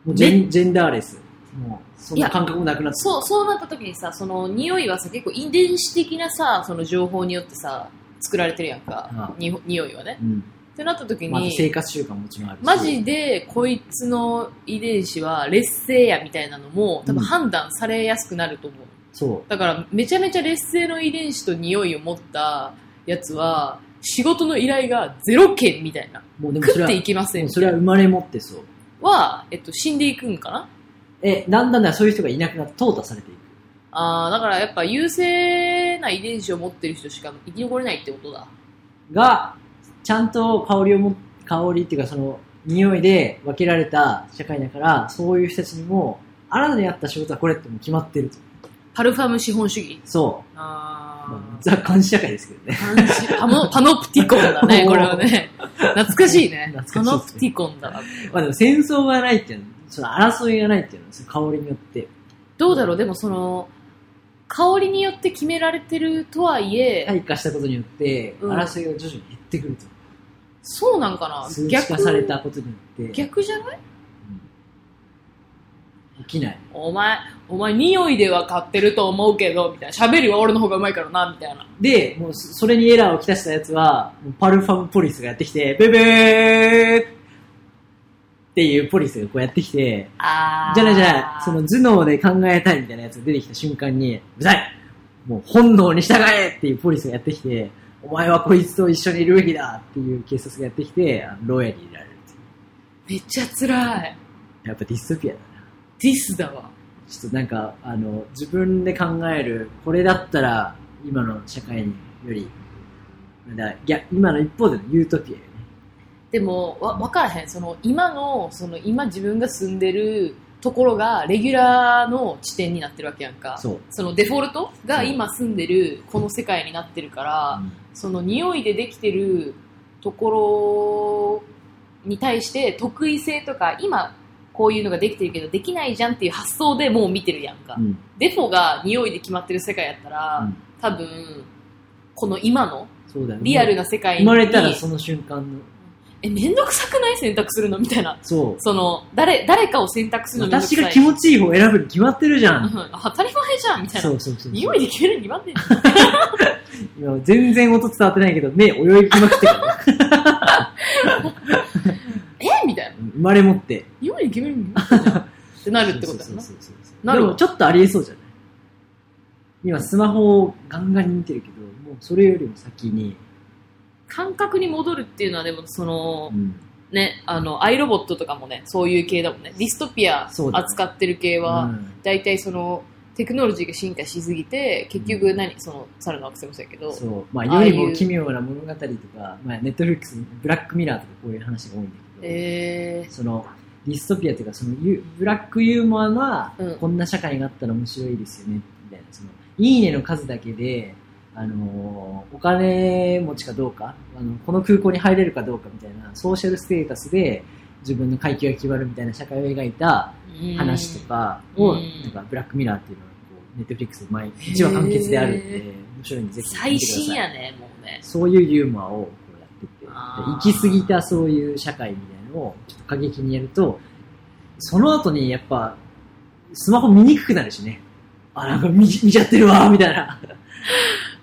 Speaker 1: もうジェンジェンダーレス。もう、そんな感覚もなくなっ
Speaker 2: ー、
Speaker 1: て
Speaker 2: そう、そうなった時にさ、その匂いはさ、結構遺伝子的なさ、その情報によってさ、作られてるやん
Speaker 1: あ
Speaker 2: か。に匂いはね。
Speaker 1: うん
Speaker 2: ってなった時
Speaker 1: まあ、あと生
Speaker 2: に、
Speaker 1: 活習慣ももちろんあるし
Speaker 2: マジでこいつの遺伝子は劣勢やみたいなのも、多分
Speaker 1: うん
Speaker 2: 判断されやすくなると思う。
Speaker 1: そ
Speaker 2: だから、めちゃめちゃ劣勢の遺伝子と匂いを持ったやつは、仕事の依頼がゼロ件みたいな。
Speaker 1: うもうでもそれ
Speaker 2: 食っ
Speaker 1: は
Speaker 2: ていきませ
Speaker 1: も
Speaker 2: ん
Speaker 1: うそれは生まれ持ってそう
Speaker 2: は、えっと、死んでいくんかな
Speaker 1: えだんだんだんそういう人がいなくなって淘汰されていく
Speaker 2: あーだからやっぱ優勢な遺伝子を持ってる人しか生き残れないってことだ。
Speaker 1: がちゃんと香りをも香りっていうかその匂いで分けられた社会だからそういう人たちにもあなたに合った仕事はこれってもう決まってると
Speaker 2: パルファム資本主義。
Speaker 1: そ
Speaker 2: あ
Speaker 1: う、まあ
Speaker 2: ー
Speaker 1: ザ・監視社会ですけどね
Speaker 2: 感じパノパノプティコンだね、これはね。懐かしいね。パ
Speaker 1: 懐かしいですね
Speaker 2: ノプティコンだな。
Speaker 1: まあでも戦争がないっていうのその争いがないっていうのはその香りによって
Speaker 2: どうだろう、でもその、香りによって決められてるとはいえ、
Speaker 1: 退化したことによって
Speaker 2: うん
Speaker 1: 争いが徐々に減ってくると、
Speaker 2: そうなんかな
Speaker 1: 数値化
Speaker 2: 逆
Speaker 1: されたことによって
Speaker 2: 逆じゃない
Speaker 1: うん起きない
Speaker 2: お前、お前匂いでは買ってると思うけど、みたいな。喋りは俺の方がうまいからな、みたいな。
Speaker 1: で、もうそそれにエラーをきたしたやつは、もうパルファムポリスがやってきて、ベベーっていうポリスがこうやってきて、
Speaker 2: あ
Speaker 1: じゃないじゃない、その頭脳で考えたいみたいなやつが出てきた瞬間に、うざいもう本能に従えっていうポリスがやってきて、お前はこいつと一緒にいるべきだっていう警察がやってきて、あの牢屋に入れられるってい
Speaker 2: めっちゃ辛い。
Speaker 1: うやっぱディストピアだな。
Speaker 2: ディスだわ。
Speaker 1: ちょっとなんか、あの、自分で考える、これだったら、今の社会により、だいや今の一方でのユートピアよね。
Speaker 2: でも、わ、わからへん。その、今の、その、今自分が住んでるところが、レギュラーの地点になってるわけやんか。
Speaker 1: そう。
Speaker 2: そのデフォルトが今住んでるこの世界になってるから、その匂いでできてるところに対して得意性とか、今こういうのができてるけどできないじゃんっていう発想でもう見てるやんか。
Speaker 1: うん
Speaker 2: デフォが匂いで決まってる世界やったら、
Speaker 1: うん
Speaker 2: 多分、この今の
Speaker 1: そうだよね
Speaker 2: リアルな世界
Speaker 1: 生
Speaker 2: に、
Speaker 1: まれたらその瞬間の、
Speaker 2: え、めんどくさくない選択するのみたいな。
Speaker 1: そ
Speaker 2: その、誰、誰かを選択す
Speaker 1: う。
Speaker 2: るのめんどくさ
Speaker 1: 私
Speaker 2: い。
Speaker 1: が気持ちいい方を選ぶに決まってるじゃ
Speaker 2: うん
Speaker 1: ん。
Speaker 2: 当たり前じゃんみたいな
Speaker 1: そ。うそうそう。
Speaker 2: 匂いで決めるに決まってんじゃん
Speaker 1: 今全然音伝わってないけど、目泳ぎきまくってるからね
Speaker 2: えみたいな。
Speaker 1: うん生まれ持って。
Speaker 2: 匂いで決めるに 決まってんじゃんってなるってことや
Speaker 1: そう
Speaker 2: な。
Speaker 1: そうそうそう
Speaker 2: なる
Speaker 1: でもちょっとありえそうじゃない今スマホをガンガンに見てるけど、もうそれよりも先に、
Speaker 2: 感覚に戻るっていうのはでも、その
Speaker 1: う、ん
Speaker 2: ね、あの、アイロボットとかもね、そういう系だもんね。ディストピア
Speaker 1: そうだね
Speaker 2: 扱ってる系
Speaker 1: う
Speaker 2: は、
Speaker 1: ん
Speaker 2: 大体そのテクノロジーが進化しすぎて結局何、その猿の惑星もそうやけど
Speaker 1: そう。まあ、
Speaker 2: ああ
Speaker 1: 世
Speaker 2: いう
Speaker 1: にも奇妙な物語とか、まあ、ネットフリックス、ブラックミラーとかこういう話が多いんだけど。
Speaker 2: え
Speaker 1: そのディストピアというかそのユブラックユーモアな
Speaker 2: うん
Speaker 1: こんな社会があったら面白いですよねみたいなそのいいねの数だけで、あのーお金持ちかどうかあのこの空港に入れるかどうかみたいなソーシャルステータスで自分の階級が決まるみたいな社会を描いた
Speaker 2: ー、
Speaker 1: 話とかを
Speaker 2: うん
Speaker 1: なんかブラックミラーっていうのはこうネットフリックスで毎一話完結であるん
Speaker 2: へ
Speaker 1: で面白いんでぜ
Speaker 2: うん
Speaker 1: ひ
Speaker 2: 最
Speaker 1: 見てください
Speaker 2: 新やねもうね
Speaker 1: そういうユーモアをこうやってて、
Speaker 2: あー
Speaker 1: 行き過ぎたそういう社会みたいなのをちょっと過激にやると、その後にやっぱ、スマホ見にくくなるしね。あ、なんか見見ちゃってるわ、みたいな。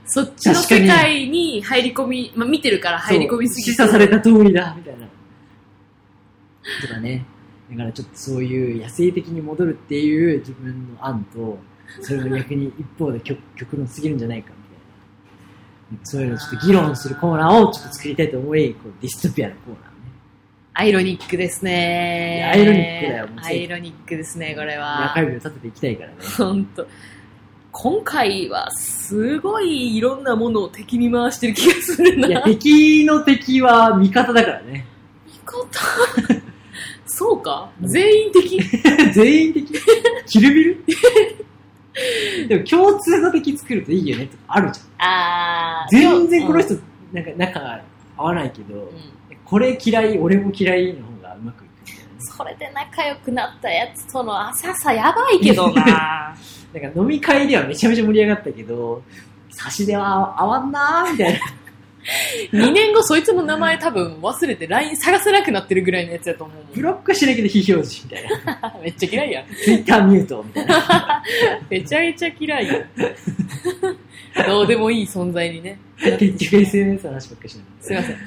Speaker 2: そっちの世界に入り込み、まあ、見てるから 入り込みすぎ
Speaker 1: そう示唆された通りだ、みたいな。とかね。だからちょっとそういう野生的に戻るっていう自分の案と、それが逆に一方で極極論すぎるんじゃないか、みたいな。そういうのをちょっと議論するコーナーをちょっと作りたいと思い、こうディストピアのコーナーをね。
Speaker 2: アイロニックですね。
Speaker 1: いやアイロニックだよもう
Speaker 2: アイロニックですね、これは。
Speaker 1: 中指を立てていきたいからね。
Speaker 2: ほんと。今回はすごいいろんなものを敵に回してる気がするな。
Speaker 1: いや、敵の敵は味方だからね。
Speaker 2: 味方そうか全員敵
Speaker 1: 全員敵キルビ ルでも共通の敵作るといいよねとかあるじゃん。
Speaker 2: あー
Speaker 1: 全然この、人
Speaker 2: うん、
Speaker 1: なんか仲が合わないけど、
Speaker 2: うん
Speaker 1: これ嫌い、俺も嫌いの方がうまくいくみたい
Speaker 2: それで仲良くなったやつとの浅さやばいけど な
Speaker 1: な。なんか飲み会ではめちゃめちゃ盛り上がったけど、差しでは合わんなーみた いな。
Speaker 2: 2年後そいつの名前多分忘れて LINE 探せなくなってるぐらいのやつやと思う
Speaker 1: ブロックしなきゃ非表示みたいな。
Speaker 2: もんめっちゃ嫌いやん
Speaker 1: ツイッターミュートみたい な。
Speaker 2: めちゃめちゃ嫌いやんどうでもいい存在にね
Speaker 1: 結局 SNS の話ばっかりしなかった
Speaker 2: すいません
Speaker 1: うん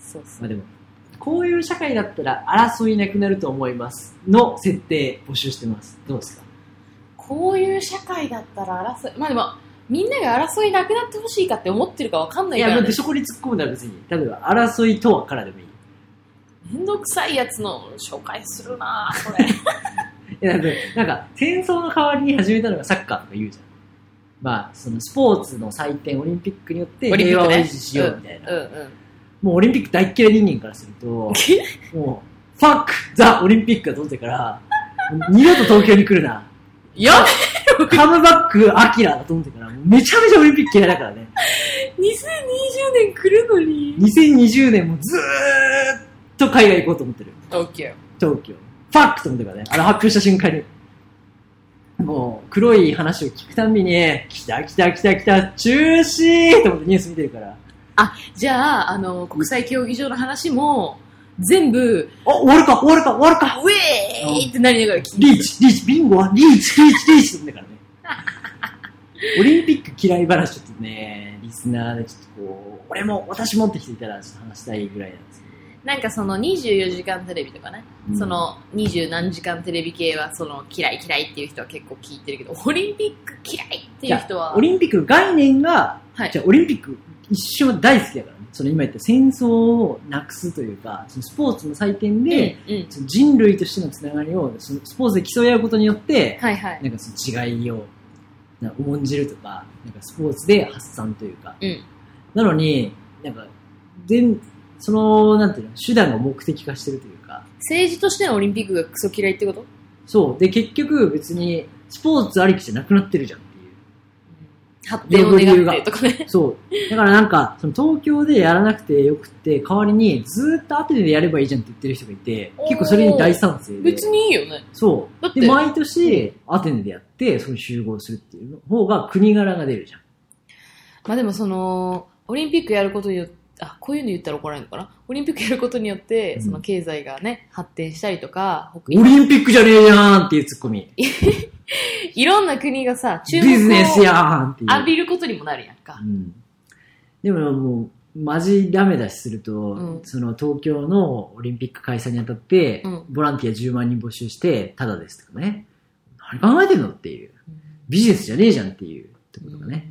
Speaker 2: そうそ
Speaker 1: まあでも、こういう社会だったら争いなくなると思います。の設定募集してます。どうですか
Speaker 2: こういう社会だったら争い、まあでも、みんなが争いなくなってほしいかって思ってるかわかんないいか
Speaker 1: や、
Speaker 2: ら、
Speaker 1: だって
Speaker 2: ね、
Speaker 1: そこに突っ込むなら 別に。例えば、争いとはからでもいい。
Speaker 2: めんどくさいやつの紹介するなぁ、これ。
Speaker 1: いや、だってなんか、戦争の代わりに始めたのがサッカーとか言うじゃん。まあ、そのスポーツの祭典、オリンピックによって
Speaker 2: オリンピ
Speaker 1: 平
Speaker 2: ッ
Speaker 1: 和
Speaker 2: ク
Speaker 1: を
Speaker 2: ね
Speaker 1: 維持しようみたいな。
Speaker 2: うんうん。
Speaker 1: もうオリンピック大っ嫌い人間からすると、もう、ファックザオリンピックが取ってから、もう二度と東京に来る な。
Speaker 2: や
Speaker 1: カムバックアキラだと思ってから、もうめちゃめちゃオリンピック嫌いだからね。
Speaker 2: べ !2020 年来るのに。
Speaker 1: 2020年もずーっと海外行こうと思ってる。
Speaker 2: オッケ
Speaker 1: 東京。ファックと思ってからね。あれ発表した瞬間に。もう、黒い話を聞くたんびに、来た来た来た来た、中止と思ってニュース見てるから。
Speaker 2: ー。じゃあ、あの、国際競技場の話も、全部、
Speaker 1: あ、終わるか終わるか終わるか
Speaker 2: ウェーイってなりながら聞いて。
Speaker 1: リーチ、リーチ、ビンゴはリーチ、リーチ、リーチと思ってからね。オリンピック嫌い話ちょっとね、リスナーでちょっとこう、俺も、私もってきていたらちょっと話したいぐらいなんですけど。
Speaker 2: なんかその24時間テレビとかね、
Speaker 1: うん
Speaker 2: その20何時間テレビ系はその嫌い嫌いっていう人は結構聞いてるけど、オリンピック嫌いっていう人は
Speaker 1: オ、リンピックの概念が、
Speaker 2: はい
Speaker 1: じゃあオリンピック一生大好きだからね。その今言った戦争をなくすというか、そのスポーツの祭典で、
Speaker 2: うんうん、
Speaker 1: その人類としてのつながりをそのスポーツで競い合うことによって、
Speaker 2: はいはい。
Speaker 1: なんかその違いをなんか重んじるとか、なんかスポーツで発散というか。
Speaker 2: うん
Speaker 1: なのに、なんか、全、その、なんていうの、手段が目的化してるというか、
Speaker 2: 政治としてのオリンピックがクソ嫌いってこと
Speaker 1: そう。で、結局別にスポーツありきじゃなくなってるじゃんっていう。
Speaker 2: 発展を願ってとかね。
Speaker 1: そう。だからなんか、その東京でやらなくてよくって、代わりにずーっと後でやればいいじゃんって言ってる人がいて、結構それに大賛成で。
Speaker 2: 別にいいよね。
Speaker 1: そ
Speaker 2: だっ
Speaker 1: う。
Speaker 2: て
Speaker 1: で、毎年、アテネでやって、その集合するっていう方が国柄が出るじゃん。
Speaker 2: まあでもその、オリンピックやることによって、あ、こういうの言ったら怒られるのかなオリンピックやることによって、
Speaker 1: うん
Speaker 2: その経済がね、発展したりとか、北
Speaker 1: オリンピックじゃねえやんっていうツッコミ。
Speaker 2: いろんな国がさ、注
Speaker 1: ビ
Speaker 2: 目
Speaker 1: ジネス
Speaker 2: を
Speaker 1: やんっていう。
Speaker 2: 浴びることにもなるやんか
Speaker 1: う。ん。でももう、マジダメ出しすると、
Speaker 2: うん
Speaker 1: その東京のオリンピック開催にあたって、
Speaker 2: うん
Speaker 1: ボランティア10万人募集して、ただですとかね。何考えてんのっていう。ビジネスじゃねえじゃんっていうところがね。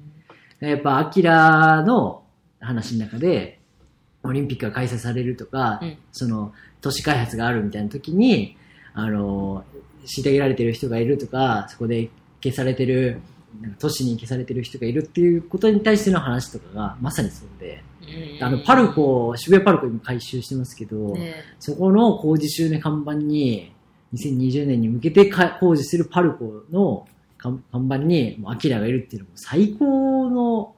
Speaker 1: やっぱ、アキラの話の中で、オリンピックが開催されるとか、
Speaker 2: うん
Speaker 1: その、都市開発があるみたいな時に、あの、虐げられてる人がいるとか、そこで消されてる、なんか都市に消されてる人がいるっていうことに対しての話とかが、まさにそうで、
Speaker 2: うん
Speaker 1: あの、パルコ、渋谷パルコ今回収してますけど、
Speaker 2: ね
Speaker 1: そこの工事中の看板に、2020年に向けてか工事するパルコの看看板に、もうアキラがいるっていうのも最高の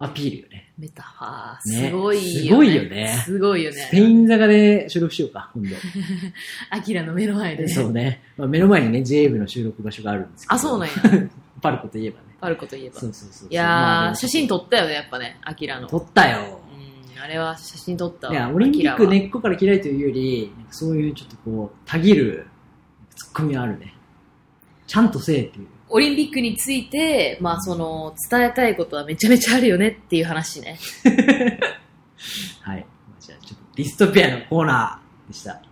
Speaker 1: アピールよね。
Speaker 2: メタファー、
Speaker 1: ね
Speaker 2: すごい
Speaker 1: す
Speaker 2: よ
Speaker 1: ご
Speaker 2: ね。
Speaker 1: いよね
Speaker 2: すごいよね。
Speaker 1: スペイン坂で収録しようか、今 度。
Speaker 2: アキラの目の前で、ね。
Speaker 1: そうね。まあ、目の前にね、j f の収録場所があるんですけど。
Speaker 2: あ、そうなんや。
Speaker 1: パルコといえばね。
Speaker 2: パルコといえば。
Speaker 1: そうそうそうそう。
Speaker 2: いやー、
Speaker 1: まあでも
Speaker 2: 写真撮ったよね、やっぱね、アキラの。
Speaker 1: 撮ったよ。
Speaker 2: うん、あれは写真撮ったわ。
Speaker 1: いや、オリンピッ
Speaker 2: ア
Speaker 1: ク
Speaker 2: キラは
Speaker 1: 根っこから嫌いというより、なんかそういうちょっとこう、たぎるツッコミはあるね。ちゃんとせえっていう。
Speaker 2: オリンピックについて、まあその、伝えたいことはめちゃめちゃあるよねっていう話ね。
Speaker 1: はい。じゃあ、ちょっとディストピアのコーナーでした。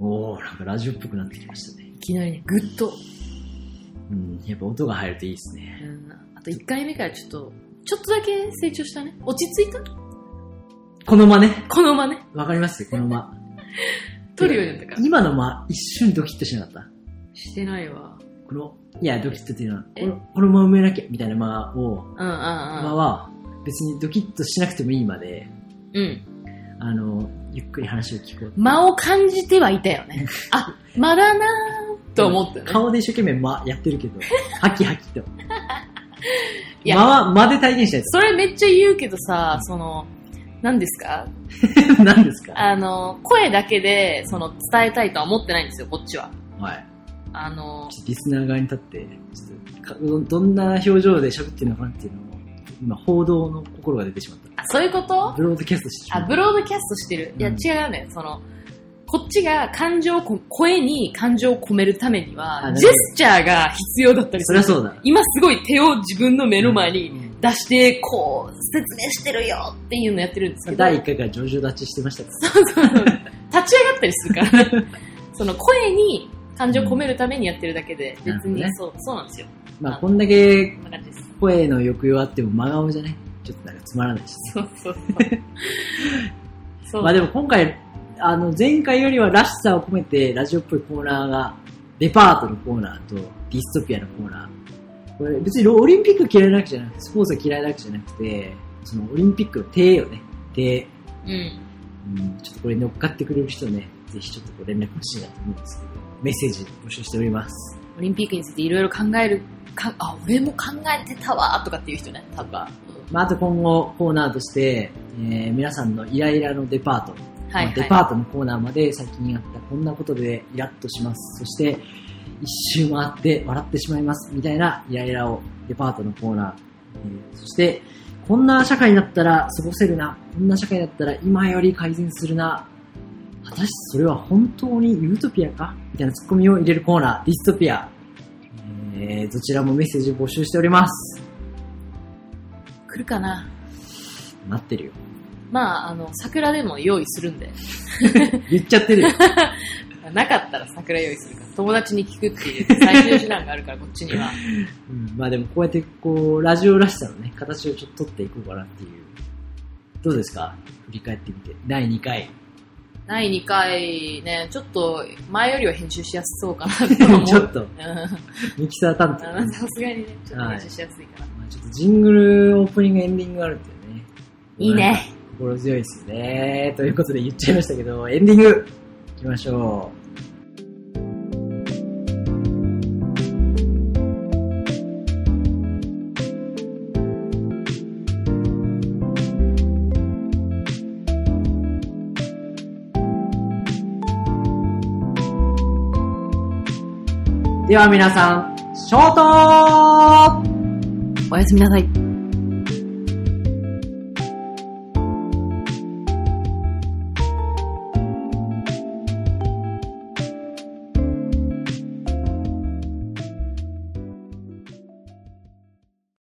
Speaker 1: おー、なんかラジオっぽくなってきましたね。
Speaker 2: いきなりね、ぐっと。
Speaker 1: うん、やっぱ音が入るといいですね。
Speaker 2: うん、あと1回目からちょっと、ちょっとだけ成長したね。落ち着いた
Speaker 1: この間ね。
Speaker 2: このまね。
Speaker 1: わかりますこの間。
Speaker 2: 撮るようになったから。
Speaker 1: 今の間、一瞬ドキッとしなかった。
Speaker 2: してないわ。
Speaker 1: この、いや、ドキッとっていうのは、
Speaker 2: え
Speaker 1: このこの間埋めなきゃ、みたいな間を、
Speaker 2: うんうん
Speaker 1: 間
Speaker 2: うん。
Speaker 1: は、別にドキッとしなくてもいいまで、
Speaker 2: うん。
Speaker 1: あの、ゆっくり話を聞こう。
Speaker 2: 間を感じてはいたよ ね。あ、間だなーと思ったね。
Speaker 1: 顔で一生懸命間やってるけ ど、ハキハキと。
Speaker 2: いや
Speaker 1: 間は、間で体現したや
Speaker 2: それめっちゃ言うけどさ、その、何ですか
Speaker 1: つ。何です か
Speaker 2: あの、声だけで、その、伝えたいとは思ってないんですよ、こっちは。
Speaker 1: はい。
Speaker 2: あの、
Speaker 1: ちょっとリスナー側に立って、ちょっとかど、どんな表情で喋ってるのかなっていうのを、今、報道の心が出てしまっ
Speaker 2: あ、そういうこと
Speaker 1: た。ブロードキャストしてしま
Speaker 2: あ、
Speaker 1: った。
Speaker 2: ブロードキャストしてる。いや、
Speaker 1: うん
Speaker 2: 違うね。その、こっちが感情をこ、声に感情を込めるために
Speaker 1: あな
Speaker 2: は
Speaker 1: る、ほど
Speaker 2: ジェスチャーが必要だったりす
Speaker 1: そり
Speaker 2: る
Speaker 1: ゃ。そうだ。
Speaker 2: 今すごい手を自分の目の前
Speaker 1: う
Speaker 2: に
Speaker 1: ん
Speaker 2: 出して、こう、説明してるよっていうのやってるんですけど。
Speaker 1: 第1回から上場立ちしてま したから。
Speaker 2: そうそう立ち上がったりするから ねその声に感情を込めるためにやってるだけで、
Speaker 1: なる
Speaker 2: 別
Speaker 1: ほど
Speaker 2: に、
Speaker 1: ね
Speaker 2: そう、そうなんですよ。
Speaker 1: まあ、こんだけ
Speaker 2: こんな感じです。
Speaker 1: 声の抑揚あっても真顔じゃねちょっとなんかつまらないし、ね、
Speaker 2: そう そうそう。そう
Speaker 1: まあでも今回あの前回よりはらしさを込めてラジオっぽいコーナーがデパートのコーナーとディストピアのコーナーこれ別にオリンピック嫌いなわけじゃなくてスポーツが嫌いなわけじゃなくてそのオリンピックの手よね手、
Speaker 2: うん。
Speaker 1: うん、ちょっとこれに乗っかってくれる人ねぜひちょっとご連絡欲しいなと思うんですけどメッセージ募集しております
Speaker 2: オリンピックについていろいろ考える、か、あ、俺も考えてたわ、とかっていう人ね、多分。
Speaker 1: まあ、あと今後コーナーとして、えー皆さんのイライラのデパート
Speaker 2: はい、
Speaker 1: ま
Speaker 2: は
Speaker 1: あ
Speaker 2: い。
Speaker 1: デパートのコーナーまで最近あったこんなことでイラッとします。そして、一周回って笑ってしまいます。みたいなイライラをデパートのコーナー。えーそして、こんな社会だったら過ごせるな。こんな社会だったら今より改善するな。果たしてそれは本当にユートピアかみたいなツッコミを入れるコーナー、ディストピア。えーどちらもメッセージ募集しております。
Speaker 2: 来るかな。
Speaker 1: 待ってるよ。
Speaker 2: まあ、あの、桜でも用意するんで。
Speaker 1: 言っちゃってるよ。
Speaker 2: なかったら桜用意するから。友達に聞くっていう最終手段があるから、こっち には。
Speaker 1: うん、まあでもこうやってこう、ラジオらしさのね、形をちょっと取っていこうかなっていう。どうですか振り返ってみて。第2回。
Speaker 2: 第2回ね、ちょっと前よりは編集しやすそうかなと 思う。
Speaker 1: ちょっと、
Speaker 2: うん
Speaker 1: ミキサー担当。
Speaker 2: あさすがにね、ちょっと
Speaker 1: はい
Speaker 2: 編集しやすいから。
Speaker 1: まあちょっとジングル、オープニング、エンディングがあるっていうね。
Speaker 2: いいね。。
Speaker 1: 心強いですよね。ということで言っちゃいましたけど、エンディングいきましょう。では皆さん、ショート
Speaker 2: おやすみなさい。